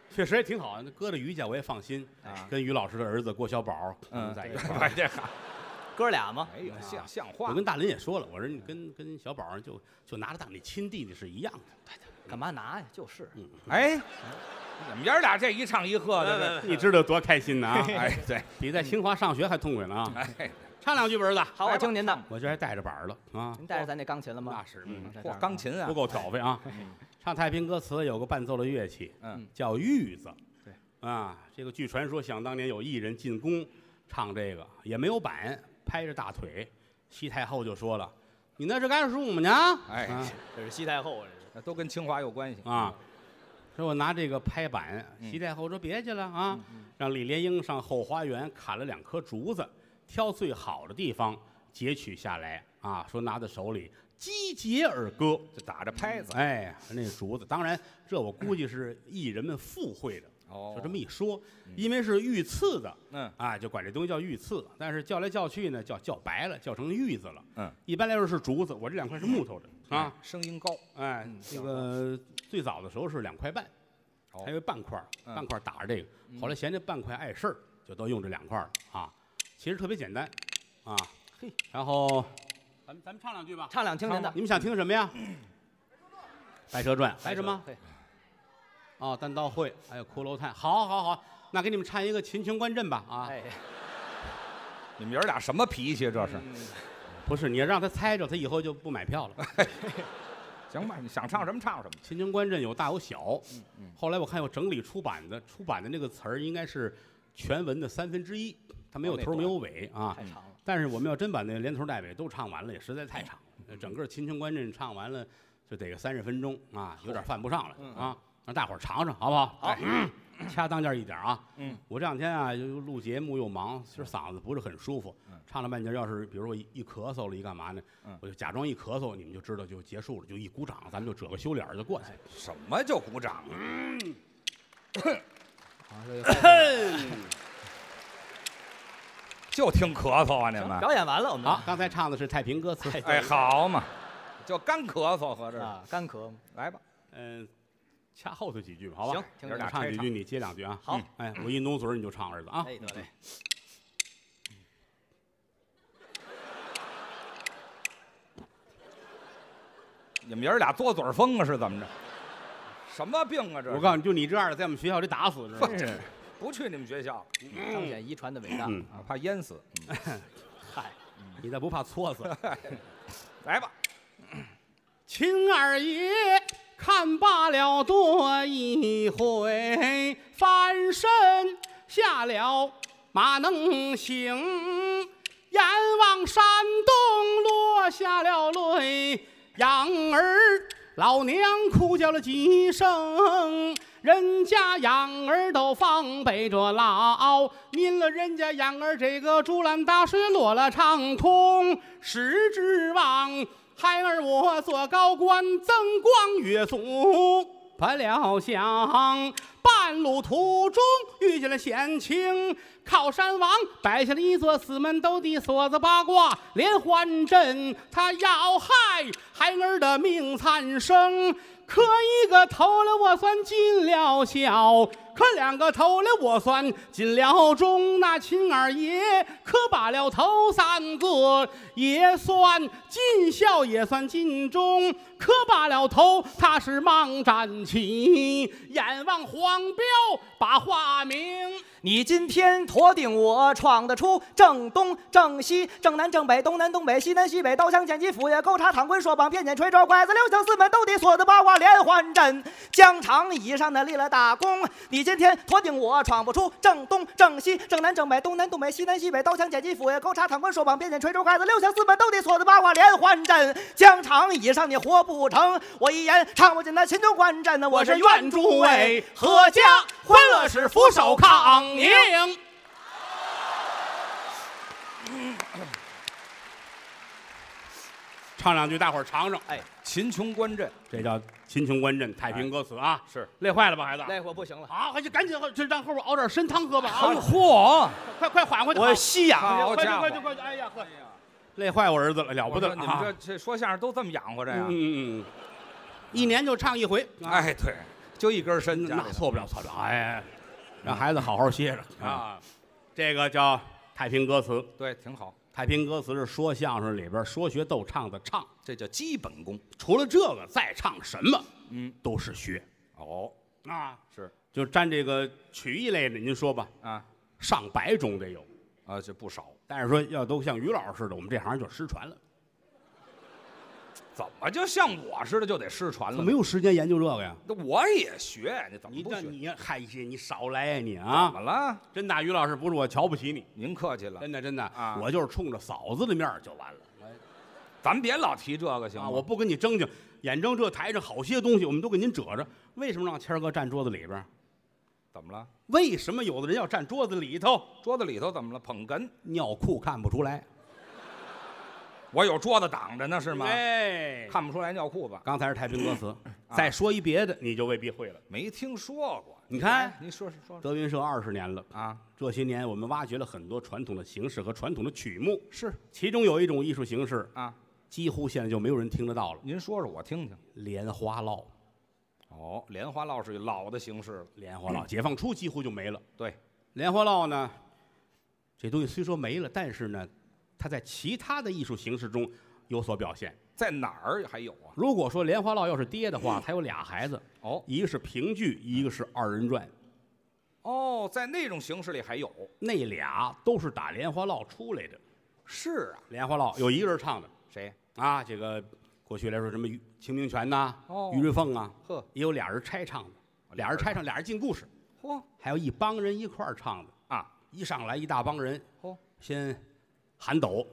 S2: 确实也挺好，那搁着于家我也放心
S3: 啊。
S2: 跟于老师的儿子郭小宝，
S3: 嗯，
S2: 在一块儿。
S3: 哎，这好，
S4: 哥俩嘛，
S3: 没有
S2: 啊
S3: 哎像像
S2: 我
S3: 话，
S2: 跟大林也说了，我说你跟跟小宝就就拿着当你亲弟弟是一样的。
S4: 干嘛拿呀？就是
S3: 哎，你们爷儿俩这一唱一和的，
S2: 你知道多开心呢 啊！
S3: 这哎，对，
S2: 比在清华上学还痛快呢啊！
S3: 哎，
S2: 唱两句吧儿子，
S4: 好，我听您的。
S2: 我这还带着板儿了啊，
S4: 您带着咱这钢琴了
S2: 那
S4: 吗？
S2: 是
S3: 嗯
S4: 嗯在这
S3: 嚯，
S4: 儿
S3: 钢
S4: 呢
S3: 琴啊
S2: 不，够挑费啊
S3: 嗯！
S2: 唱太平歌词有个伴奏的乐器，
S3: 嗯，
S2: 叫玉子。
S3: 对
S2: 啊，这个据传说，想当年有艺人进宫唱这个，也没有板，拍着大腿，西太后就说了：“你那是干什么呢？”
S3: 哎
S2: 啊
S4: 这是西太后啊，
S3: 那都跟清华有关系，
S2: 啊，说我拿这个拍板，
S3: 嗯
S2: 西太后说别去了啊，让李莲英上后花园砍了两棵竹子，挑最好的地方截取下来啊，说拿在手里击节而歌。
S3: 就打着拍子，
S2: 哎，那竹子，当然这我估计是艺人们附会的，
S3: 哦
S2: 就这么一说，因为是御赐的，
S3: 嗯，
S2: 啊，就管这东西叫御赐，但是叫来叫去呢，叫叫白了，叫成玉子了。
S3: 嗯，
S2: 一般来说是竹子，我这两块是木头的啊。
S3: 哎，声音高，
S2: 哎，这个最早的时候是两块半，
S3: 哦
S2: 还有半块儿，
S3: 嗯
S2: 半块儿打着这个，后来嫌这半块碍事儿，就都用这两块儿了啊。其实特别简单，啊，
S4: 嘿，
S2: 然后咱们咱们唱两句吧。
S4: 唱两听您的。
S2: 你们想听什么呀？《白蛇传》还有什么？
S4: 嘿？
S2: 哦，单刀会，还有骷髅叹。好，好，好，那给你们唱一个《秦琼观阵》吧。啊，
S4: 哎，
S3: 你们爷儿俩什么脾气？这是，
S5: 嗯
S4: 嗯
S2: 不是，你要让他猜着，他以后就不买票了。
S3: 行吧，你想唱什么唱什么，
S2: 秦琼观阵有大有小，
S3: 嗯
S2: 后来我看有整理出版的，出版的那个词儿应该是全文的三分之一，它没有
S3: 哦那
S2: 头儿没
S3: 短
S2: 有尾啊。
S4: 太长了。
S2: 但是我们要真把那连头带尾都唱完了，也实在太长了，
S3: 嗯
S2: 呃整个秦琼观阵唱完了就得个三十分钟啊，有点犯不上了
S3: 嗯
S2: 啊，让大伙儿尝尝好不好？
S4: 好
S2: 哎，恰当件一点啊。
S3: 嗯，
S2: 我这两天啊又录节目又忙，其实嗓子不是很舒服
S3: 嗯，
S2: 唱了半截儿，要是比如我一一咳嗽了，一干嘛呢
S3: 嗯？
S2: 我就假装一咳嗽，你们就知道就结束了，就一鼓掌，咱们就折个羞脸儿就过去了。
S3: 什么叫鼓掌啊？
S4: 好，这个
S3: 就听咳嗽啊你们。
S4: 表演完了，我们
S2: 好，刚才唱的是太平歌词。
S3: 哎，好嘛，就干咳嗽合着。
S4: 啊，干咳嘛，
S3: 来吧，
S2: 嗯，掐后头几句吧好吧？
S4: 行
S2: 我
S4: 听着
S3: 俩
S2: 唱
S3: 拆
S2: 几
S3: 唱
S2: 句，你接两句啊。
S4: 好
S2: 嗯，哎，我一努嘴儿你就唱儿子啊。
S4: 哎，得嘞，
S3: 你们爷儿俩多嘴儿疯啊，是怎么着？什么病啊这？
S2: 我告诉你，就你这样的，在我们学校得打死，知道吗？
S3: 诉你，不去你们学校，
S4: 彰显遗传的伟大
S2: 嗯
S4: 啊！
S3: 怕淹死。嗯
S2: 嗨，你再不怕搓死？
S3: 来吧，
S2: 秦二爷看罢了多一回，翻身下了马能行，眼望山东落下了泪，养儿老娘哭叫了几声。人家养儿都放背着老，您了人家养儿这个竹篮打水落了长空，实指望孩儿我做高官，增光越祖。不料想半路途中遇见了险情，靠山王摆下了一座四门兜的锁子八卦连环阵，他要害孩儿的命惨生。磕一个头来我算进了小，磕两个头来我算进了中。那秦二爷磕把了头三个也算进孝，也算进中。磕把了头，他是忙站起，眼望黄标把话明。
S5: 你今天驼顶我闯得出，正东正西正南正北东南东北西南西北，刀枪剑戟斧钺钩叉躺棍槊棒片锏锤爪拐子六枪四门兜底锁子八卦连环阵，疆场以上的立了大功。你今天驼顶我闯不出，正东正西正南正北东南东北西南西北，刀枪剑戟斧钺钩叉躺棍槊棒片锏锤爪拐子六枪四门兜底锁子八卦连环阵，疆场以上你活不成，我一言唱不尽那秦琼观阵呢。
S2: 我
S5: 我
S2: 是
S5: 是
S2: 愿
S5: 愿
S2: 诸
S5: 诸
S2: 位
S5: 位
S2: 阖家
S5: 阖家
S2: 欢
S5: 欢
S2: 乐
S5: 乐
S2: 是
S5: 是
S2: 俯
S5: 俯
S2: 首
S5: 首
S2: 抗
S5: 抗
S2: 宁
S5: 宁。
S2: 唱两句，大伙儿尝尝。
S3: 秦琼观阵
S2: 这叫秦琼观阵，太平歌词啊！
S3: 是。
S2: 累坏了吧，孩子？
S5: 那会儿不行了。
S2: 好，还就赶紧喝这让后边熬点参汤喝吧。啊，
S3: 嚯！
S2: 快快缓过去。
S4: 我吸氧，
S3: 好
S2: 快去
S3: 家伙
S2: 快去！快去！哎呀呵，累坏我儿子了，了不
S3: 我
S2: 得
S3: 说
S2: 了
S3: 你
S2: 啊
S3: 们这这说相声都这么养活着呀？
S2: 嗯嗯嗯，一年就唱一回。啊，
S3: 哎，对，就一根
S2: 真
S3: 参
S2: 的
S3: 家里头。嗯
S2: 那错不了，错不了。哎，让孩子好好歇着啊。这个叫太平歌词，
S3: 对，挺好，
S2: 太平歌词是说相声里边说学逗唱的唱，
S3: 这叫基本功。
S2: 除了这个再唱什么
S3: 嗯，
S2: 都是学
S3: 哦，
S2: 啊。
S3: 是
S2: 就沾这个曲艺类的，您说吧，
S3: 啊
S2: 上百种得有。
S3: 啊，这不少。
S2: 但是说要都像于老师似的，我们这行就失传了，
S3: 怎么就像我似的就得失传了
S2: 没
S3: 呢？
S2: 有时间研究这个呀。
S3: 那我也学，嗯你怎么
S2: 你
S3: 不
S2: 这
S3: 学？
S2: 你嗨些，你少来呀你
S3: 怎
S2: 啊！
S3: 么了？
S2: 真的，于老师不是我瞧不起你，
S3: 您客气了，
S2: 真的真的
S3: 啊
S2: 我就是冲着嫂子的面儿就完了
S3: 咱别老提这个行吗？
S2: 啊！我不跟你争竞，眼睁这台上好些东西我们都给您褶着，为什么让谦儿哥站桌子里边儿？
S3: 怎么了？
S2: 为什么有的人要站桌子里头？
S3: 桌子里头怎么了？捧哏，
S2: 尿裤看不出来
S3: 我有桌子挡着呢，是吗？
S2: 哎，
S3: 看不出来尿裤子，
S2: 刚才是太平歌词，
S3: 啊
S2: 再说一别的你就未必会了。
S3: 没听说过。
S2: 你看
S3: 哎，您说说说说
S2: 德云社二十年了，
S3: 啊？
S2: 这些年我们挖掘了很多传统的形式和传统的曲目，
S3: 是
S2: 其中有一种艺术形式
S3: 啊，
S2: 几乎现在就没有人听得到了，
S3: 您说说我听听。
S2: 莲花落。
S3: 哦，莲花落是老的形式了。
S2: 莲花落，解放初几乎就没了。
S3: 对，
S2: 莲花落呢，这东西虽说没了，但是呢，它在其他的艺术形式中有所表现。
S3: 在哪儿还有啊？
S2: 如果说莲花落要是爹的话，他有俩孩子，
S3: 哦
S2: 一个是评剧，一个是二人转，
S3: 哦，在那种形式里还有。
S2: 那俩都是打莲花落出来的。
S3: 是啊，
S2: 莲花落有一个人唱的
S3: 谁？
S2: 啊，这个过去来说什么于秦明泉呐、
S3: 哦
S2: 于瑞凤啊，
S3: 呵，
S2: 也有俩人拆唱的，俩人拆唱，俩人进故事，
S3: 嚯
S2: 还有一帮人一块儿唱的。
S3: 啊！
S2: 一上来一大帮人，
S3: 嚯，
S2: 先喊抖，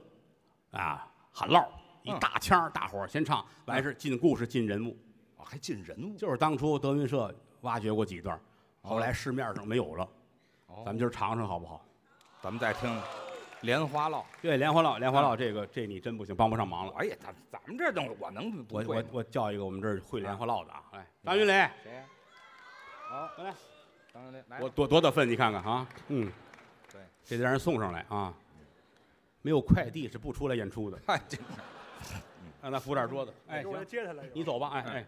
S2: 啊，喊唠，一
S3: 嗯
S2: 大腔儿，大伙儿先唱，完事儿进故事进人物，
S3: 哦还进人物。
S2: 就是当初德云社挖掘过几段儿，后来市面上没有了，
S3: 哦
S2: 咱们今儿尝尝好不好？
S3: 咱们再听听莲花落。
S2: 对，莲花落，莲
S3: 啊
S2: 花落，这个这你真不行，帮不上忙了。
S3: 我也咱咱们这东西我能不
S2: 我
S3: 会嗯
S2: 我
S3: 吗？
S2: 我叫一个我们这儿会莲花落的啊，来，张云雷，
S3: 谁呀？好，
S2: 来来，
S3: 张来来，
S2: 我多多大份，你看看啊，嗯，
S3: 对，
S2: 这得让人送上来啊，没有快递是不出来演出的。
S3: 哎，这
S2: 让他扶点桌子。哎，
S6: 我
S2: 行，
S6: 接他来。
S2: 你走吧。哎
S3: 哎
S2: 哎，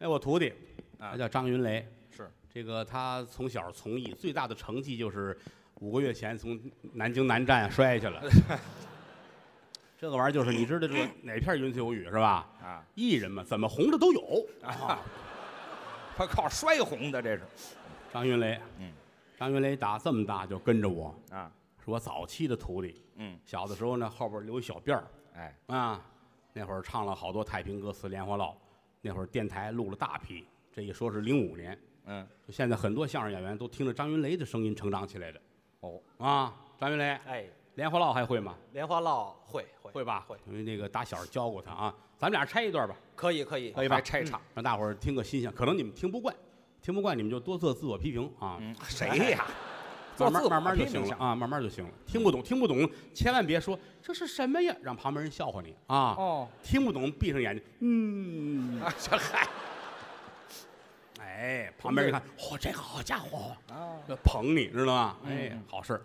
S2: 哎，我徒弟，
S3: 啊
S2: 他叫张云雷。
S3: 是
S2: 这个他从小从艺，最大的成绩就是五个月前从南京南站摔 下去了。这个玩意儿就是你知道这哪片云彩有雨是吧？
S3: 啊，
S2: 艺人嘛，怎么红的都 有。啊
S3: 他靠摔红的这是
S2: 张云雷，
S3: 嗯，
S2: 张云雷打这么大就跟着我，
S3: 啊，
S2: 是我早期的徒弟。
S3: 嗯，
S2: 小的时候呢，后边留一小辫儿
S3: 哎，
S2: 啊，那会儿唱了好多太平歌词、莲花落。那会儿电台录了大批，这一说是零五年，
S3: 嗯，
S2: 就现在很多相声演员都听着张云雷的声音成长起来的。
S3: 哦，
S2: 啊，张云雷，
S4: 哎，
S2: 莲花落还会吗？
S4: 莲花落会会
S2: 会吧，
S4: 会，
S2: 因为那个打小教过他啊。咱们俩拆一段吧，
S4: 可以可以，
S2: 可以吧
S3: 还？拆场，
S2: 让大伙儿听个新鲜，可能你们听不惯，听不惯你们就多做自我批评啊。
S3: 嗯，谁 呀？
S2: 慢慢
S3: 做自我
S2: 慢慢就
S3: 批评
S2: 行
S3: 一
S2: 了
S3: 下
S2: 啊，慢慢就行了。听不懂听不懂，千万别说这是什么呀，让旁边人笑话你啊。
S4: 哦，
S2: 听不懂，闭上眼睛，嗯，
S3: 啊，这嗨，
S2: 哎，旁边一看，嚯，这个好家伙，
S3: 啊，
S2: 要捧你知道吗？哎，好事儿。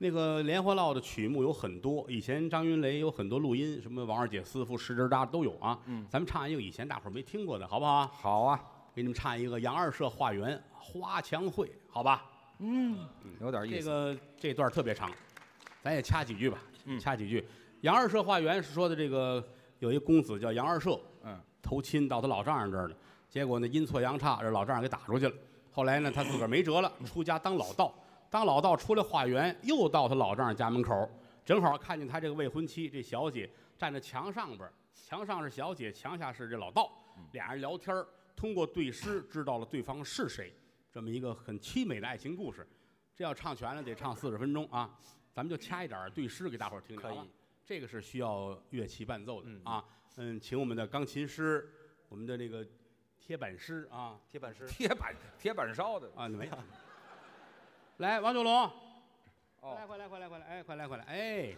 S2: 那个《莲花落》的曲目有很多，以前张云雷有很多录音，什么王二姐私妇、十枝搭都有啊。嗯，咱们唱一个以前大伙儿没听过的，好不好？
S3: 好啊，
S2: 给你们唱一个杨二社化缘花墙会，好吧？
S3: 有点意
S2: 这
S3: 思，
S2: 个这段特别长，咱也掐几句吧，
S3: 嗯
S2: 掐几句。杨二社化缘是说的这个有一公子叫杨二社，
S3: 嗯，
S2: 投亲到他老丈人这儿了，结果呢阴错阳差，这老丈人给打出去了。后来呢，他自个儿没辙了，出家当老道，当老道出来化缘，又到他老丈人家门口，正好看见他这个未婚妻这小姐站在墙上边儿，墙上是小姐，墙下是这老道，
S4: 嗯
S2: 俩人聊天儿通过对诗知道了对方是谁，这么一个很凄美的爱情故事。这要唱全了得唱四十分钟啊，咱们就掐一点儿对诗给大伙儿听听。啊
S4: 可以
S2: 好吧这个是需要乐器伴奏的
S4: 嗯
S2: 啊。嗯，请我们的钢琴师，我们的那个铁板师啊
S4: 铁板师，
S3: 铁板铁板烧的，
S2: 啊，你 没？来，王九龙，
S3: 哦
S2: 快来，快来，快来，快来，哎，快来，快来，哎，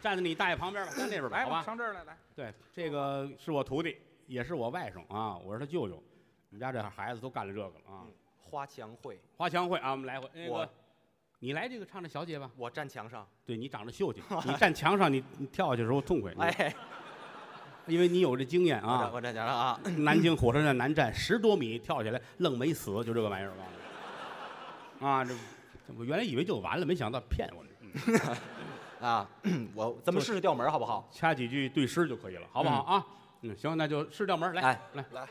S2: 站在你大爷旁边吧，站那边吧，
S3: 来
S2: 好
S3: 吧，
S2: 吧？
S3: 上这儿来来，
S2: 对，这个是我徒弟，也是我外甥啊，我是他舅舅。我们家这孩子都干了这个了啊。
S4: 花墙会，
S2: 花墙会啊，我们来回那
S4: 嗯我
S2: 个，你来这个唱这小姐吧。
S4: 我站墙上，
S2: 对你长得秀 气，你站墙上你你跳下去的时候痛快，你
S4: 哎，
S2: 因为你有这经验
S4: 我站
S2: 啊。
S4: 我站墙上啊，
S2: 南京火车站南站十多米跳起来愣没死，就这个玩意儿吧。啊，这这我原来以为就完了，没想到骗我们，
S4: 啊，我咱们试试调门儿好不
S5: 哦
S4: 好？
S2: 掐几句对诗就可以了，好不好啊？嗯，行，那就试调门儿来
S4: 哎
S2: 来。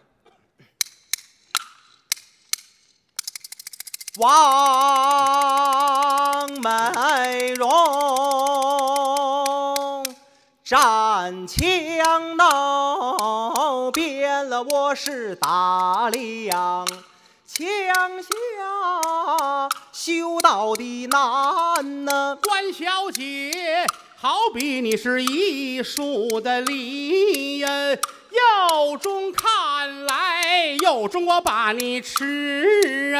S5: 王美容站墙头，变了我是打量。墙下修道的难呢、
S2: 关小姐，好比你是一树的梨呀，右中看来，右中我把你吃啊。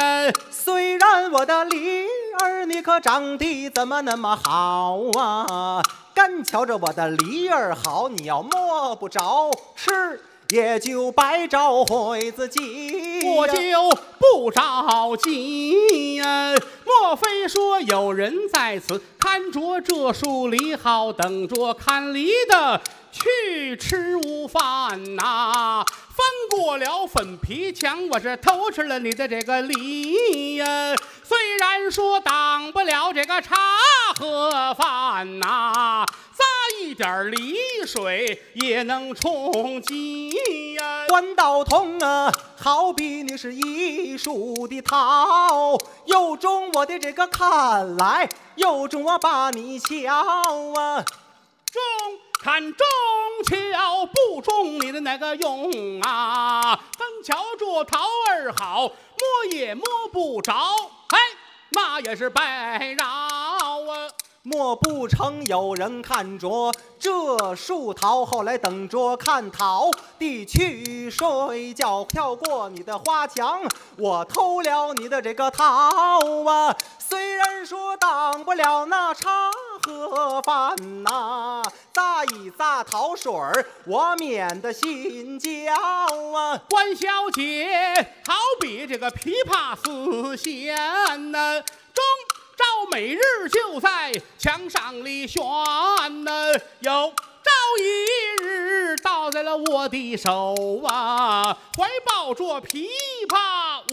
S5: 虽然我的梨儿你可长得怎么那么好啊？干瞧着我的梨儿好，你要摸不着吃，也就白找回自己呀。
S2: 我就不着急呀、莫非说有人在此看着这树梨好，等着看梨的去吃午饭呐、翻过了粉皮墙，我是偷吃了你的这个梨呀、虽然说挡不了这个茶和饭呐、撒一点梨水也能充饥呀、
S5: 关道通啊，好比你是一树的桃，又中我的这个看来，又中我把你瞧啊。
S2: 中看中瞧，不中你的那个用啊！单瞧这桃儿好，摸也摸不着，哎，那也是白绕啊！
S5: 莫不成有人看着这树桃，后来等着看桃的去睡觉，跳过你的花墙，我偷了你的这个桃啊！虽然说挡不了那茶和饭呐、榨一榨桃水儿，我免得心焦啊！
S2: 关小姐好比这个琵琶丝弦呐、中照每日就在墙上里悬呢，有朝一日到在了我的手啊，怀抱着琵琶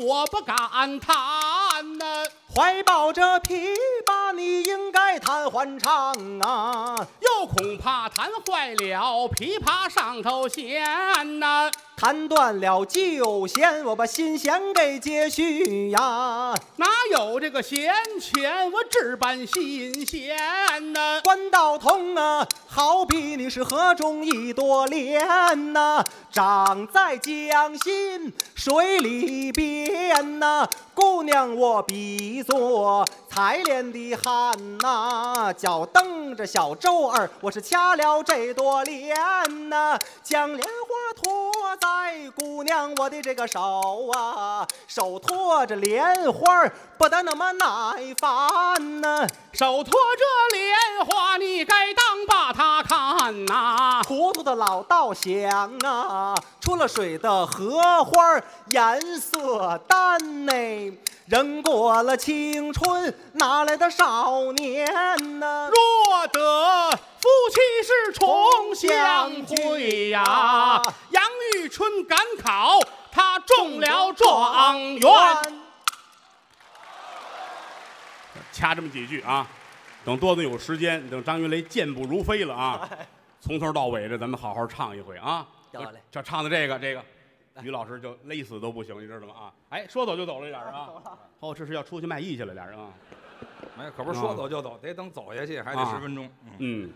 S2: 我不敢弹呢、
S5: 怀抱着琵琶，你应该弹欢唱啊，
S2: 又恐怕弹坏了琵琶上头弦呐、
S5: 弹断了旧弦，我把新弦给接续呀、
S2: 哪有这个闲钱？我只搬新弦呐、
S5: 关道通啊，好比你是河中一朵莲呐、长在江心水里边呐、姑娘我比作采莲的汉呐、脚蹬着小舟儿，我是掐了这朵莲呐、将莲花托在姑娘我的这个手啊，手托着莲花儿不得那么耐烦呐、
S2: 手托着莲花，你该当把它看呐、
S5: 糊涂的老道想啊，出了水的荷花儿颜色淡呢。人过了青春，哪来的少年呢？
S2: 若得夫妻是重相会呀、杨玉春赶考，他中了状元。掐这么几句啊，等多多有时间，等张云雷健步如飞了啊，从头到尾的咱们好好唱一回啊。
S5: 得嘞
S2: 这唱的这个这个，于老师就勒死都不行，你知道吗？啊，哎，说走就 走了，俩人啊，哦，这是要出去卖艺去了，俩人啊，
S3: 哎，可不是说走就走，得等走下去还得
S2: 啊
S3: 十分钟。嗯
S2: 嗯，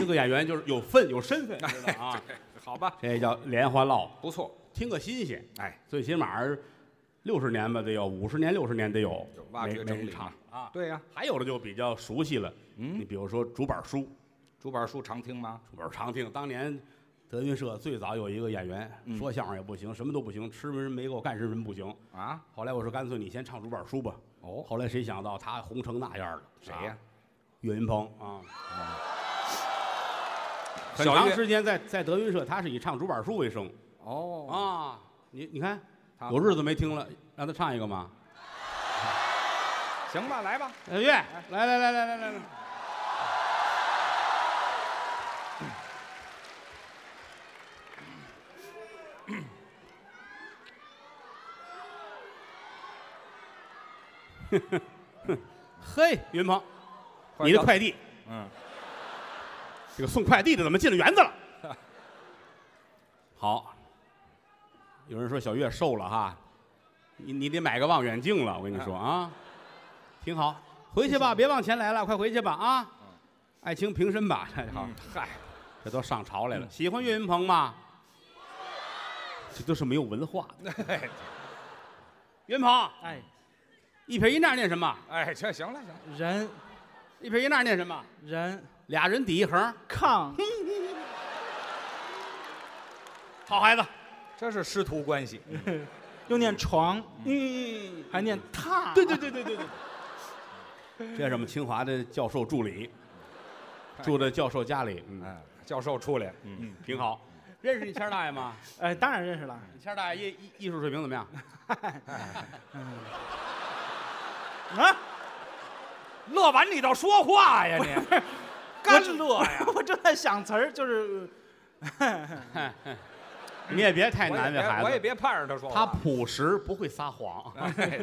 S2: 这个演员就是有分有身份，知道吗 啊，
S3: 好吧，
S2: 这叫莲花落，
S3: 不错，
S2: 听个新鲜，
S3: 哎，
S2: 最起码六十年吧，得有五十年、六十年得有
S3: 有，挖
S2: 没
S3: 掘
S2: 没
S3: 整
S2: 人
S3: 理
S2: 唱啊。
S3: 对呀，
S2: 还有的就比较熟悉了，
S3: 嗯
S2: 你比如说竹板书，
S3: 竹板书常听吗？
S2: 竹板常听，当年德云社最早有一个演员，
S3: 嗯
S2: 说相声也不行，什么都不行，吃人没够，干什么不行。
S3: 啊，
S2: 后来我说干脆你先唱竹板书吧。
S3: 哦
S2: 后来谁想到他红成那样了？
S3: 谁呀
S2: 啊？岳云鹏啊，很
S3: 小
S2: 长
S3: 岳
S2: 时间在在德云社，他是以唱竹板书为生
S3: 哦
S2: 啊。你你看，
S3: 他
S2: 有日子没听了，让他唱一个嘛。
S3: 啊，行吧，来吧，
S2: 小岳，哎来来来来来 来来。嘿，云鹏，你的
S3: 到
S2: 快递，啊
S3: 嗯，
S2: 这个送快递的怎么进了园子了？ 好，有人说小月瘦了哈，你你得买个望远镜了，我跟你说啊，挺好，回去吧，别往前来了，快回去吧啊，爱卿平身吧，这好
S3: 嗯，嗨，
S2: 这都上朝来了，喜欢岳云鹏吗？这都是没有文化的。岳云鹏，
S4: 哎，
S2: 一撇一捺念什么？
S3: 哎，这行了行了，
S4: 人
S2: 一撇一捺念什么？
S4: 人
S2: 俩人抵一横，
S4: 炕，
S2: 好孩子，
S3: 这是师徒关系，
S4: 又念床，
S2: 嗯，
S4: 还念榻，
S2: 对对对对对对。这是我们清华的教授助理，住在教授家里，嗯，
S3: 嗯，教授出来，嗯，
S2: 挺好。认识你谦儿大爷吗？
S4: 哎，当然认识了，
S2: 你谦儿大爷艺艺艺术水平怎么 样？
S4: 啊，
S3: 乐完你倒说话呀你，
S4: 干乐呀， 我正在想词儿，就是
S2: 你也别太
S3: 我也
S2: 难为
S3: 别我
S2: 孩
S3: 也
S2: 子，
S3: 别盼着他说话，
S2: 他朴实，不会撒谎。
S3: 哎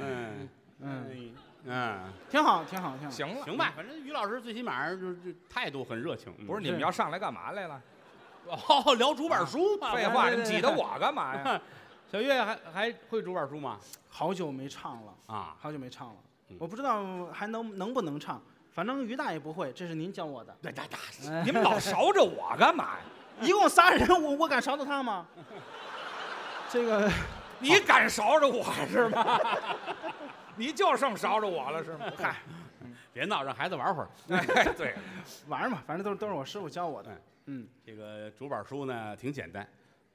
S2: 嗯
S4: 嗯，
S2: 嗯，
S4: 挺好，挺好，挺好。
S3: 行了
S2: 行，吧，反正于老师最起码就是就态度很热情。嗯
S3: 不是你们要上来干嘛来了？
S2: 哦，聊竹板书嘛。
S3: 废话，
S4: 对
S3: 你
S4: 对对
S3: 挤得我干嘛 呀？
S2: 小月还还会竹板书吗？
S4: 好久没唱了，
S2: 啊，
S4: 好久没唱了
S2: 嗯，
S4: 我不知道还能能不能唱，反正于大爷不会，这是您教我的。
S3: 对对对
S4: 哎
S3: 你们老勺着我干嘛呀？
S4: 一共仨人，我我敢勺到他吗？这个
S3: 你敢勺着我是吗？ 你就剩勺着我了是吗？嗨，
S2: 别闹，让孩子玩会儿。
S3: 哎，对，
S4: 玩儿嘛，反正都是都是我师傅教我
S2: 哎
S4: 的。嗯
S2: 这个竹板书呢，挺简单。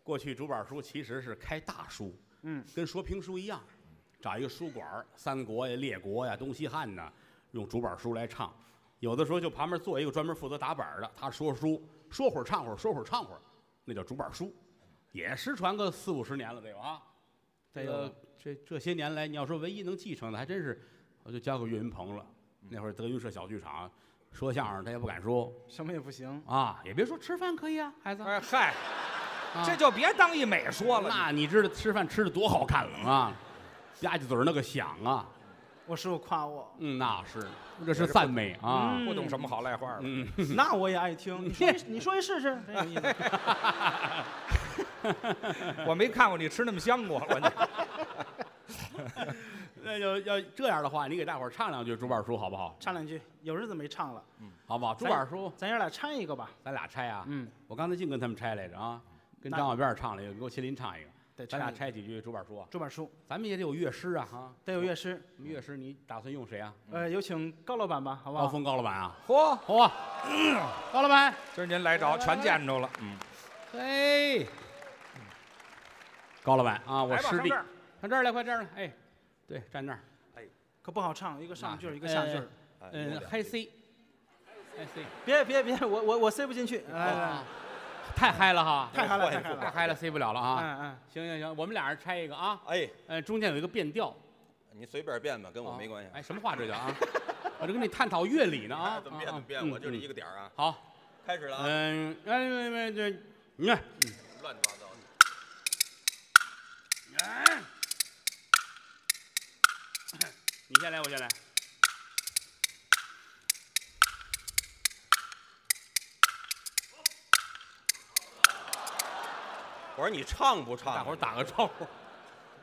S2: 过去竹板书其实是开大书，
S4: 嗯，
S2: 跟说评书一样，找一个书馆儿，三国呀、列国呀、东西汉呐，用竹板书来唱。有的时候就旁边坐一个专门负责打板儿的，他说书，说会儿唱会儿，说会儿唱会儿，那叫竹板书，也失传个四五十年了得有啊。这
S4: 得有
S2: 个这这些年来，你要说唯一能继承的，还真是我就交给岳云鹏了。
S4: 嗯
S2: 那会儿德云社小剧场，说相声他也不敢说
S7: 什么也不行，
S2: 啊，也别说吃饭可以啊，孩子，
S3: 哎嗨，
S2: 啊
S3: 这就别当一美说了。
S2: 那你知道吃饭吃的多好看了啊，吧唧嘴儿那个响啊，
S7: 我师傅夸 我，
S2: 嗯，那是，这是赞美啊，
S3: 不懂什么好赖话了。
S2: 嗯，
S7: 那我也爱 听。你说一，你说一试试，真有意思。
S3: 我没看过你吃那么香过，我那
S2: 那要要这样的话，你给大伙儿唱两句竹板书好不好？
S7: 唱两句，有日子没唱了，
S2: 好不好？竹板书，
S7: 咱爷俩拆一个吧。
S2: 咱俩拆啊，
S7: 嗯，
S2: 我刚才净跟他们拆来着啊，跟
S7: 那
S2: 张小辫儿唱了一个，跟我麒麟唱一个，
S7: 得
S2: 咱俩
S7: 拆一个
S2: 拆几句竹板书啊，
S7: 这本书，
S2: 咱们也得有乐师啊，哈，
S7: 得有乐师。
S2: 我们乐师你打算用谁啊？
S7: 呃，有请高老板吧，好不好？
S2: 高峰高老板啊，
S3: 嚯，
S2: 好啊， 高老 板，
S3: 今儿您来着，全见着了。嗯，
S2: 嘿，高老板啊，我
S3: 来吧
S2: 师弟，
S3: 上这
S2: 上
S3: 儿
S2: 这儿来，快这儿来，哎，对，站这儿，
S7: 可不好唱，一个上句儿，
S2: 那
S7: 一个下句
S2: 呃
S7: 儿。
S8: 哎
S2: 嗯，嗨 C，嗨 C，
S7: 别别别，我我我塞不进去。来来
S2: 啊
S7: 来，
S2: 太嗨了哈，
S7: 哎太嗨了，太嗨
S2: 太
S7: 了。
S2: 嗨了，C 不了了啊。
S7: 嗯嗯，
S2: 行行行，我们俩人拆一个啊，
S8: 哎，
S2: 呃，中间有一个变调，
S8: 你随便变吧，跟我没关系。
S2: 哎，什么话这叫啊？我这跟你探讨乐理呢啊
S8: 哎，，怎么变
S2: 啊
S8: 怎么变，我就这一。
S2: 嗯嗯
S8: 个点儿啊。
S2: 好，
S8: 开始了啊，
S2: 嗯，哎哎哎，对，你看，
S8: 乱七八糟的。
S2: 你先来，我先来。
S8: 我说你唱不唱？啊
S2: 大伙儿打个招呼。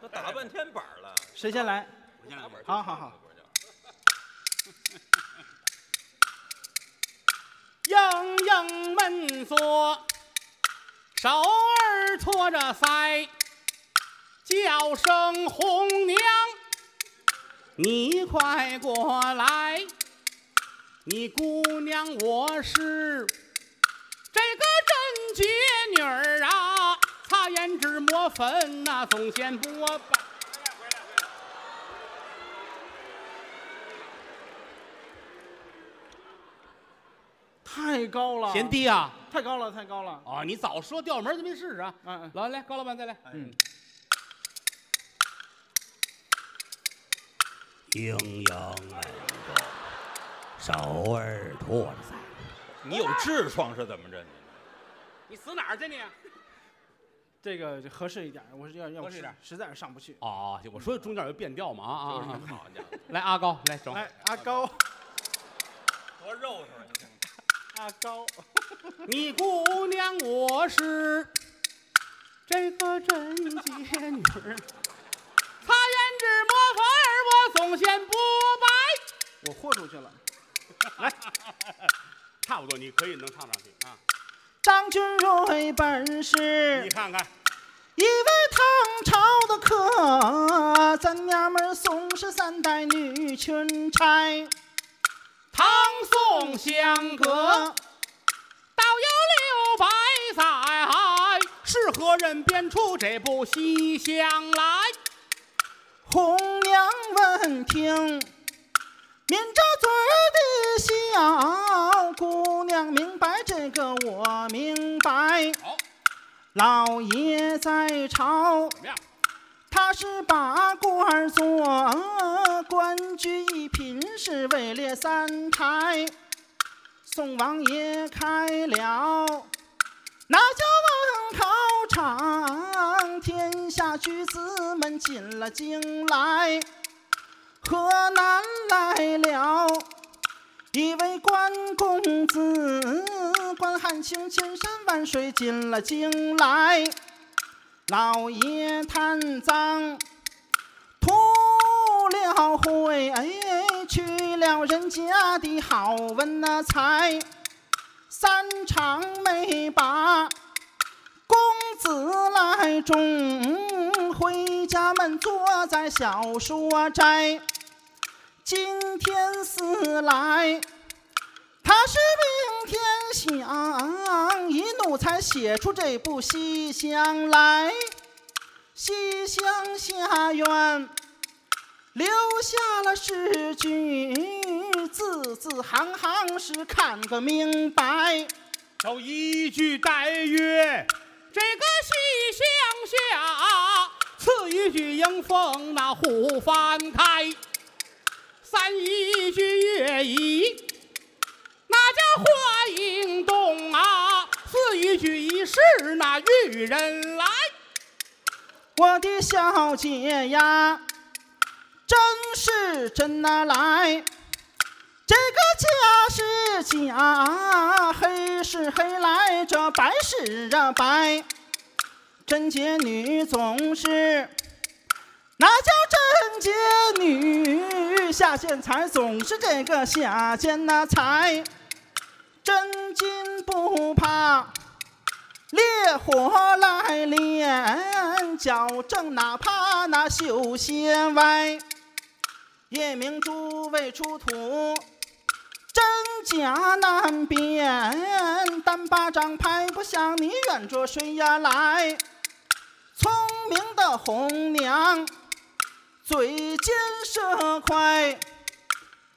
S8: 都打半天板儿了。
S7: 谁先来？
S8: 打板儿就
S7: 好好好，
S8: 不是就
S2: 应应闷坐，手儿托着腮，叫声红娘，你快过来，你姑娘我是这个贞洁女儿啊，擦胭脂抹粉呐、总嫌不白。
S7: 太高了，
S2: 嫌低啊！
S7: 太高了，太高了。
S2: 哦，你早说调门儿，咱们试试啊！
S7: 嗯嗯，
S2: 来来，高老板再来。
S7: 嗯，
S2: 盈盈手儿托着腮。
S8: 你有痔疮是怎么着？
S2: 你死哪儿去你？
S7: 这个就合适一点儿，我是要要
S2: 合
S7: 不
S2: 适一点儿
S7: 实在是上不去。
S2: 哦，我说中间有变调嘛啊啊！啊
S8: 好家伙，
S2: 来阿高来整，
S7: 来，阿高，
S8: 多肉疼！你听
S7: 阿高，
S2: 你姑娘我是这个贞洁女儿， 擦胭脂抹粉儿我总嫌不白。
S7: 我豁出去了。
S2: 差不多，你可以能唱上去啊！
S4: 张君瑞本是
S2: 你看看，
S4: 一位唐朝的客，咱娘们儿宋氏三代女裙钗，
S2: 唐宋相隔
S4: 哥，
S2: 倒有六百载，是何人编出这部西厢来？
S4: 红娘闻听，抿着嘴儿的笑，姑娘明白这个我明白，
S2: 好，
S4: 老爷在朝。
S2: 怎么样？
S4: 他是把官儿做，官居一品是位列三台。宋王爷开了，那叫王考场，天下举子们进了京来。河南来了一位关公子，关汉卿千山万水进了京来。老爷贪赃图了贿，去了人家的好文那财，三场没把公子来中，回家闷坐在小说斋。今天思来，他是明天想，啊一怒才写出这部《西厢》来。西厢下院留下了诗句，字字行行是看个明白。
S2: 有一句待曰：“这个西厢下。”次一句迎风那户翻开，三一军乐仪，那叫花影动啊，四一举一是那玉人来。
S4: 我的小姐呀，真是真哪来，这个家是家，黑是黑来，这白是啊白，贞洁女总是。那叫贞洁女，下贱才总是这个下贱那才，真金不怕烈火来炼，矫正哪怕那修仙歪。夜明珠未出土，真假难辨，单巴掌拍不响，你远着谁呀来？聪明的红娘，嘴尖舌快，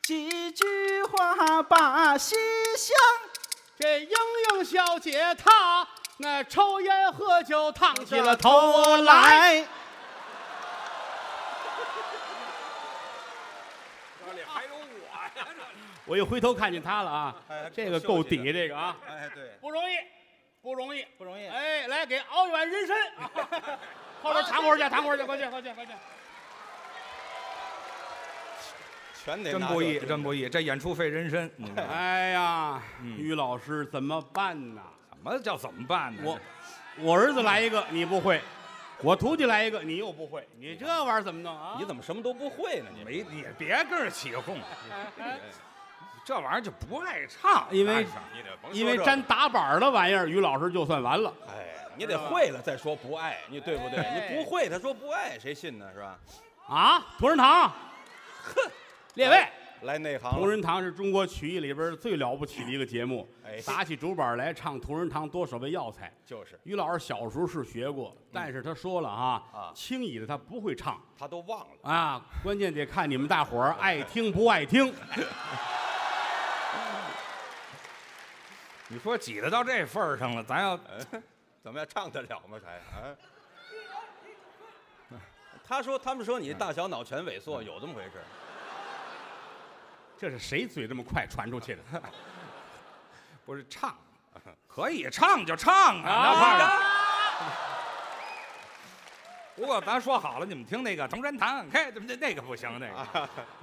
S4: 几句话把西厢
S2: 这英英小姐她那抽烟喝酒烫起了头来。
S4: 来。
S6: 这里还有我呀，
S2: 我一回头看见她了啊
S6: 哎，
S2: 这个够底，这个啊
S6: 这，哎对，
S2: 不容易，不容易，不
S4: 容易
S2: 哎，来给熬一碗人参， 后边躺会儿去，躺会儿去，快去，快去，快去。
S6: 全得
S3: 真不易，真不易，这演出费人参，你 看
S2: 哎呀，
S6: 嗯
S2: 于老师怎么办呢？
S3: 怎么叫怎么办
S6: 哎
S3: 呢？
S2: 我我儿子来一个你不会，我徒弟来一个你又不会，你这玩意儿怎么弄啊？
S6: 你怎么什么都不会呢？你
S3: 没，你别跟着起 哄，这玩意儿就不爱唱，
S2: 因为
S3: 那是
S6: 你得甭说
S2: 因为
S6: 这个
S2: 沾打板儿的玩意儿，于老师就算完了。
S6: 哎，你得会了再说不爱，你对不对？
S2: 哎
S6: 你不会，他说不爱，谁信呢？是吧？
S2: 啊，同仁堂，哼，列位，
S6: 来哎内行
S2: 同
S6: 了，
S2: 仁堂是中国曲艺里边最了不起的一个节目
S6: 哎。
S2: 打起竹板来唱同仁堂多少味药材。
S6: 就是嗯
S2: 于老师小时候是学过，但是他说了啊
S6: 啊，
S2: 轻易的他不会唱
S6: 他都忘了。
S2: 啊，关键得看你们大 伙儿爱听不爱听。
S3: 你说挤得到这份儿上了，咱要
S6: 哎，怎么样，唱得了吗？还哎。他说：“他们说你大小脑全萎缩，有这么回事儿？
S2: 这是谁嘴这么快传出去的？
S3: 不是唱，可以唱就唱啊，
S2: 啊
S3: 那怕什么不过咱说好了，你们听那个《同仁堂》，开，那那个不行，那个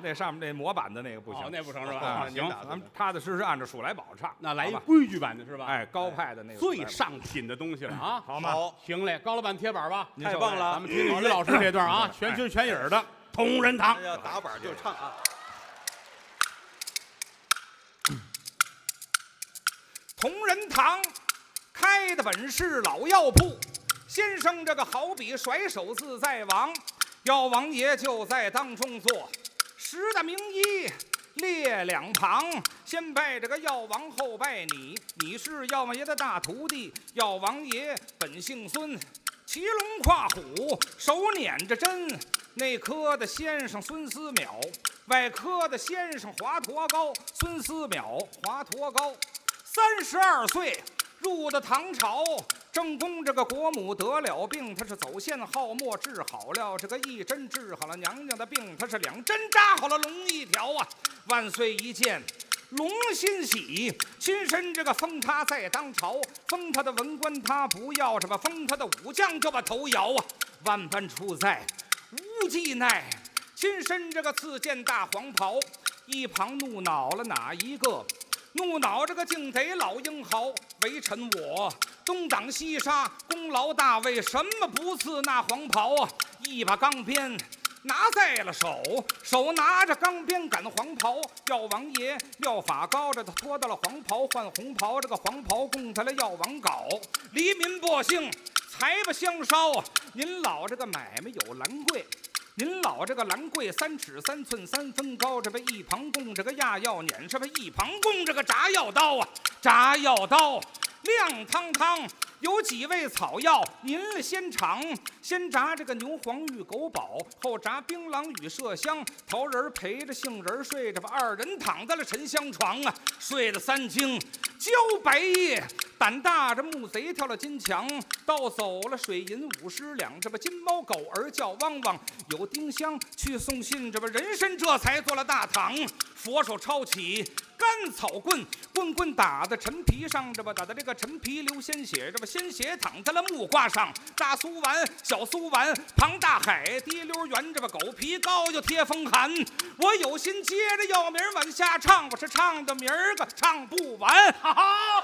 S3: 那上面那模板啊的那个不行
S2: 哦，那不成是 吧？
S3: 啊
S2: 啊
S3: 行，
S2: 行，
S3: 咱们踏踏实实按照数来宝唱，
S2: 那来一
S3: 好吧
S2: 规矩版的是吧？，
S3: 哎高派的那个数来
S2: 最
S3: 宝
S2: 上品的东西了啊！
S3: 好吗？
S6: 嗯好
S2: 行嘞，高老板贴板吧，
S6: 太棒了
S2: 咱们听听
S6: 好
S2: 于
S6: 嘞
S2: 老师这段啊，全心全影儿的同仁堂
S6: 那。要打板就唱啊！
S3: 同仁堂开的本是老药铺，先生这个好比甩手自在王，药王爷就在当中坐，十大名医列两旁，先拜这个药王，后拜你，你是药王爷的大徒弟，药王爷本姓孙，骑龙跨虎，手捻着针，内科的先生孙思邈，外科的先生华佗高，孙思邈，华佗高。三十二岁入的唐朝，正宫这个国母得了病，她是走线好墨治好了，这个一针治好了娘娘的病，她是两针扎好了龙一条啊，万岁一见。龙欣喜，亲身这个封他在当朝，封他的文官他不要，什么封他的武将就把头摇啊，万般处在无计奈，亲身这个刺剑大黄袍，一旁怒恼了哪一个？怒恼这个敬贼老英豪，为臣我东挡西杀，功劳大魏，什么不赐那黄袍啊？一把钢鞭拿在了手，手拿着钢鞭赶黄袍，药王爷药法高着他脱到了黄袍换红袍，这个黄袍供他了药王镐，黎民百姓财吧相烧啊！您老这个买卖有兰贵。您老这个兰桂三尺三寸三分高，这不一旁供这个压药碾，是不一旁供这个炸药刀啊？炸药刀，亮堂堂。有几味草药，您先尝。先炸这个牛黄玉狗宝，后炸槟榔与麝香。桃仁儿陪着杏仁儿睡着吧，二人躺在了沉香床啊，睡了三更。茭白夜，胆大着木贼跳了金墙，盗走了水银五十两，这不金猫狗儿叫汪汪，有丁香去送信，这不人参这才做了大堂，佛手抄起。干草棍，棍棍打在陈皮上，这不打在这个陈皮流鲜血，这不鲜血淌在了木瓜上。大苏丸，小苏丸，庞大海，滴溜圆，这不狗皮膏就贴风寒。我有心接着药名儿往下唱，我是唱的名儿个唱不完。好。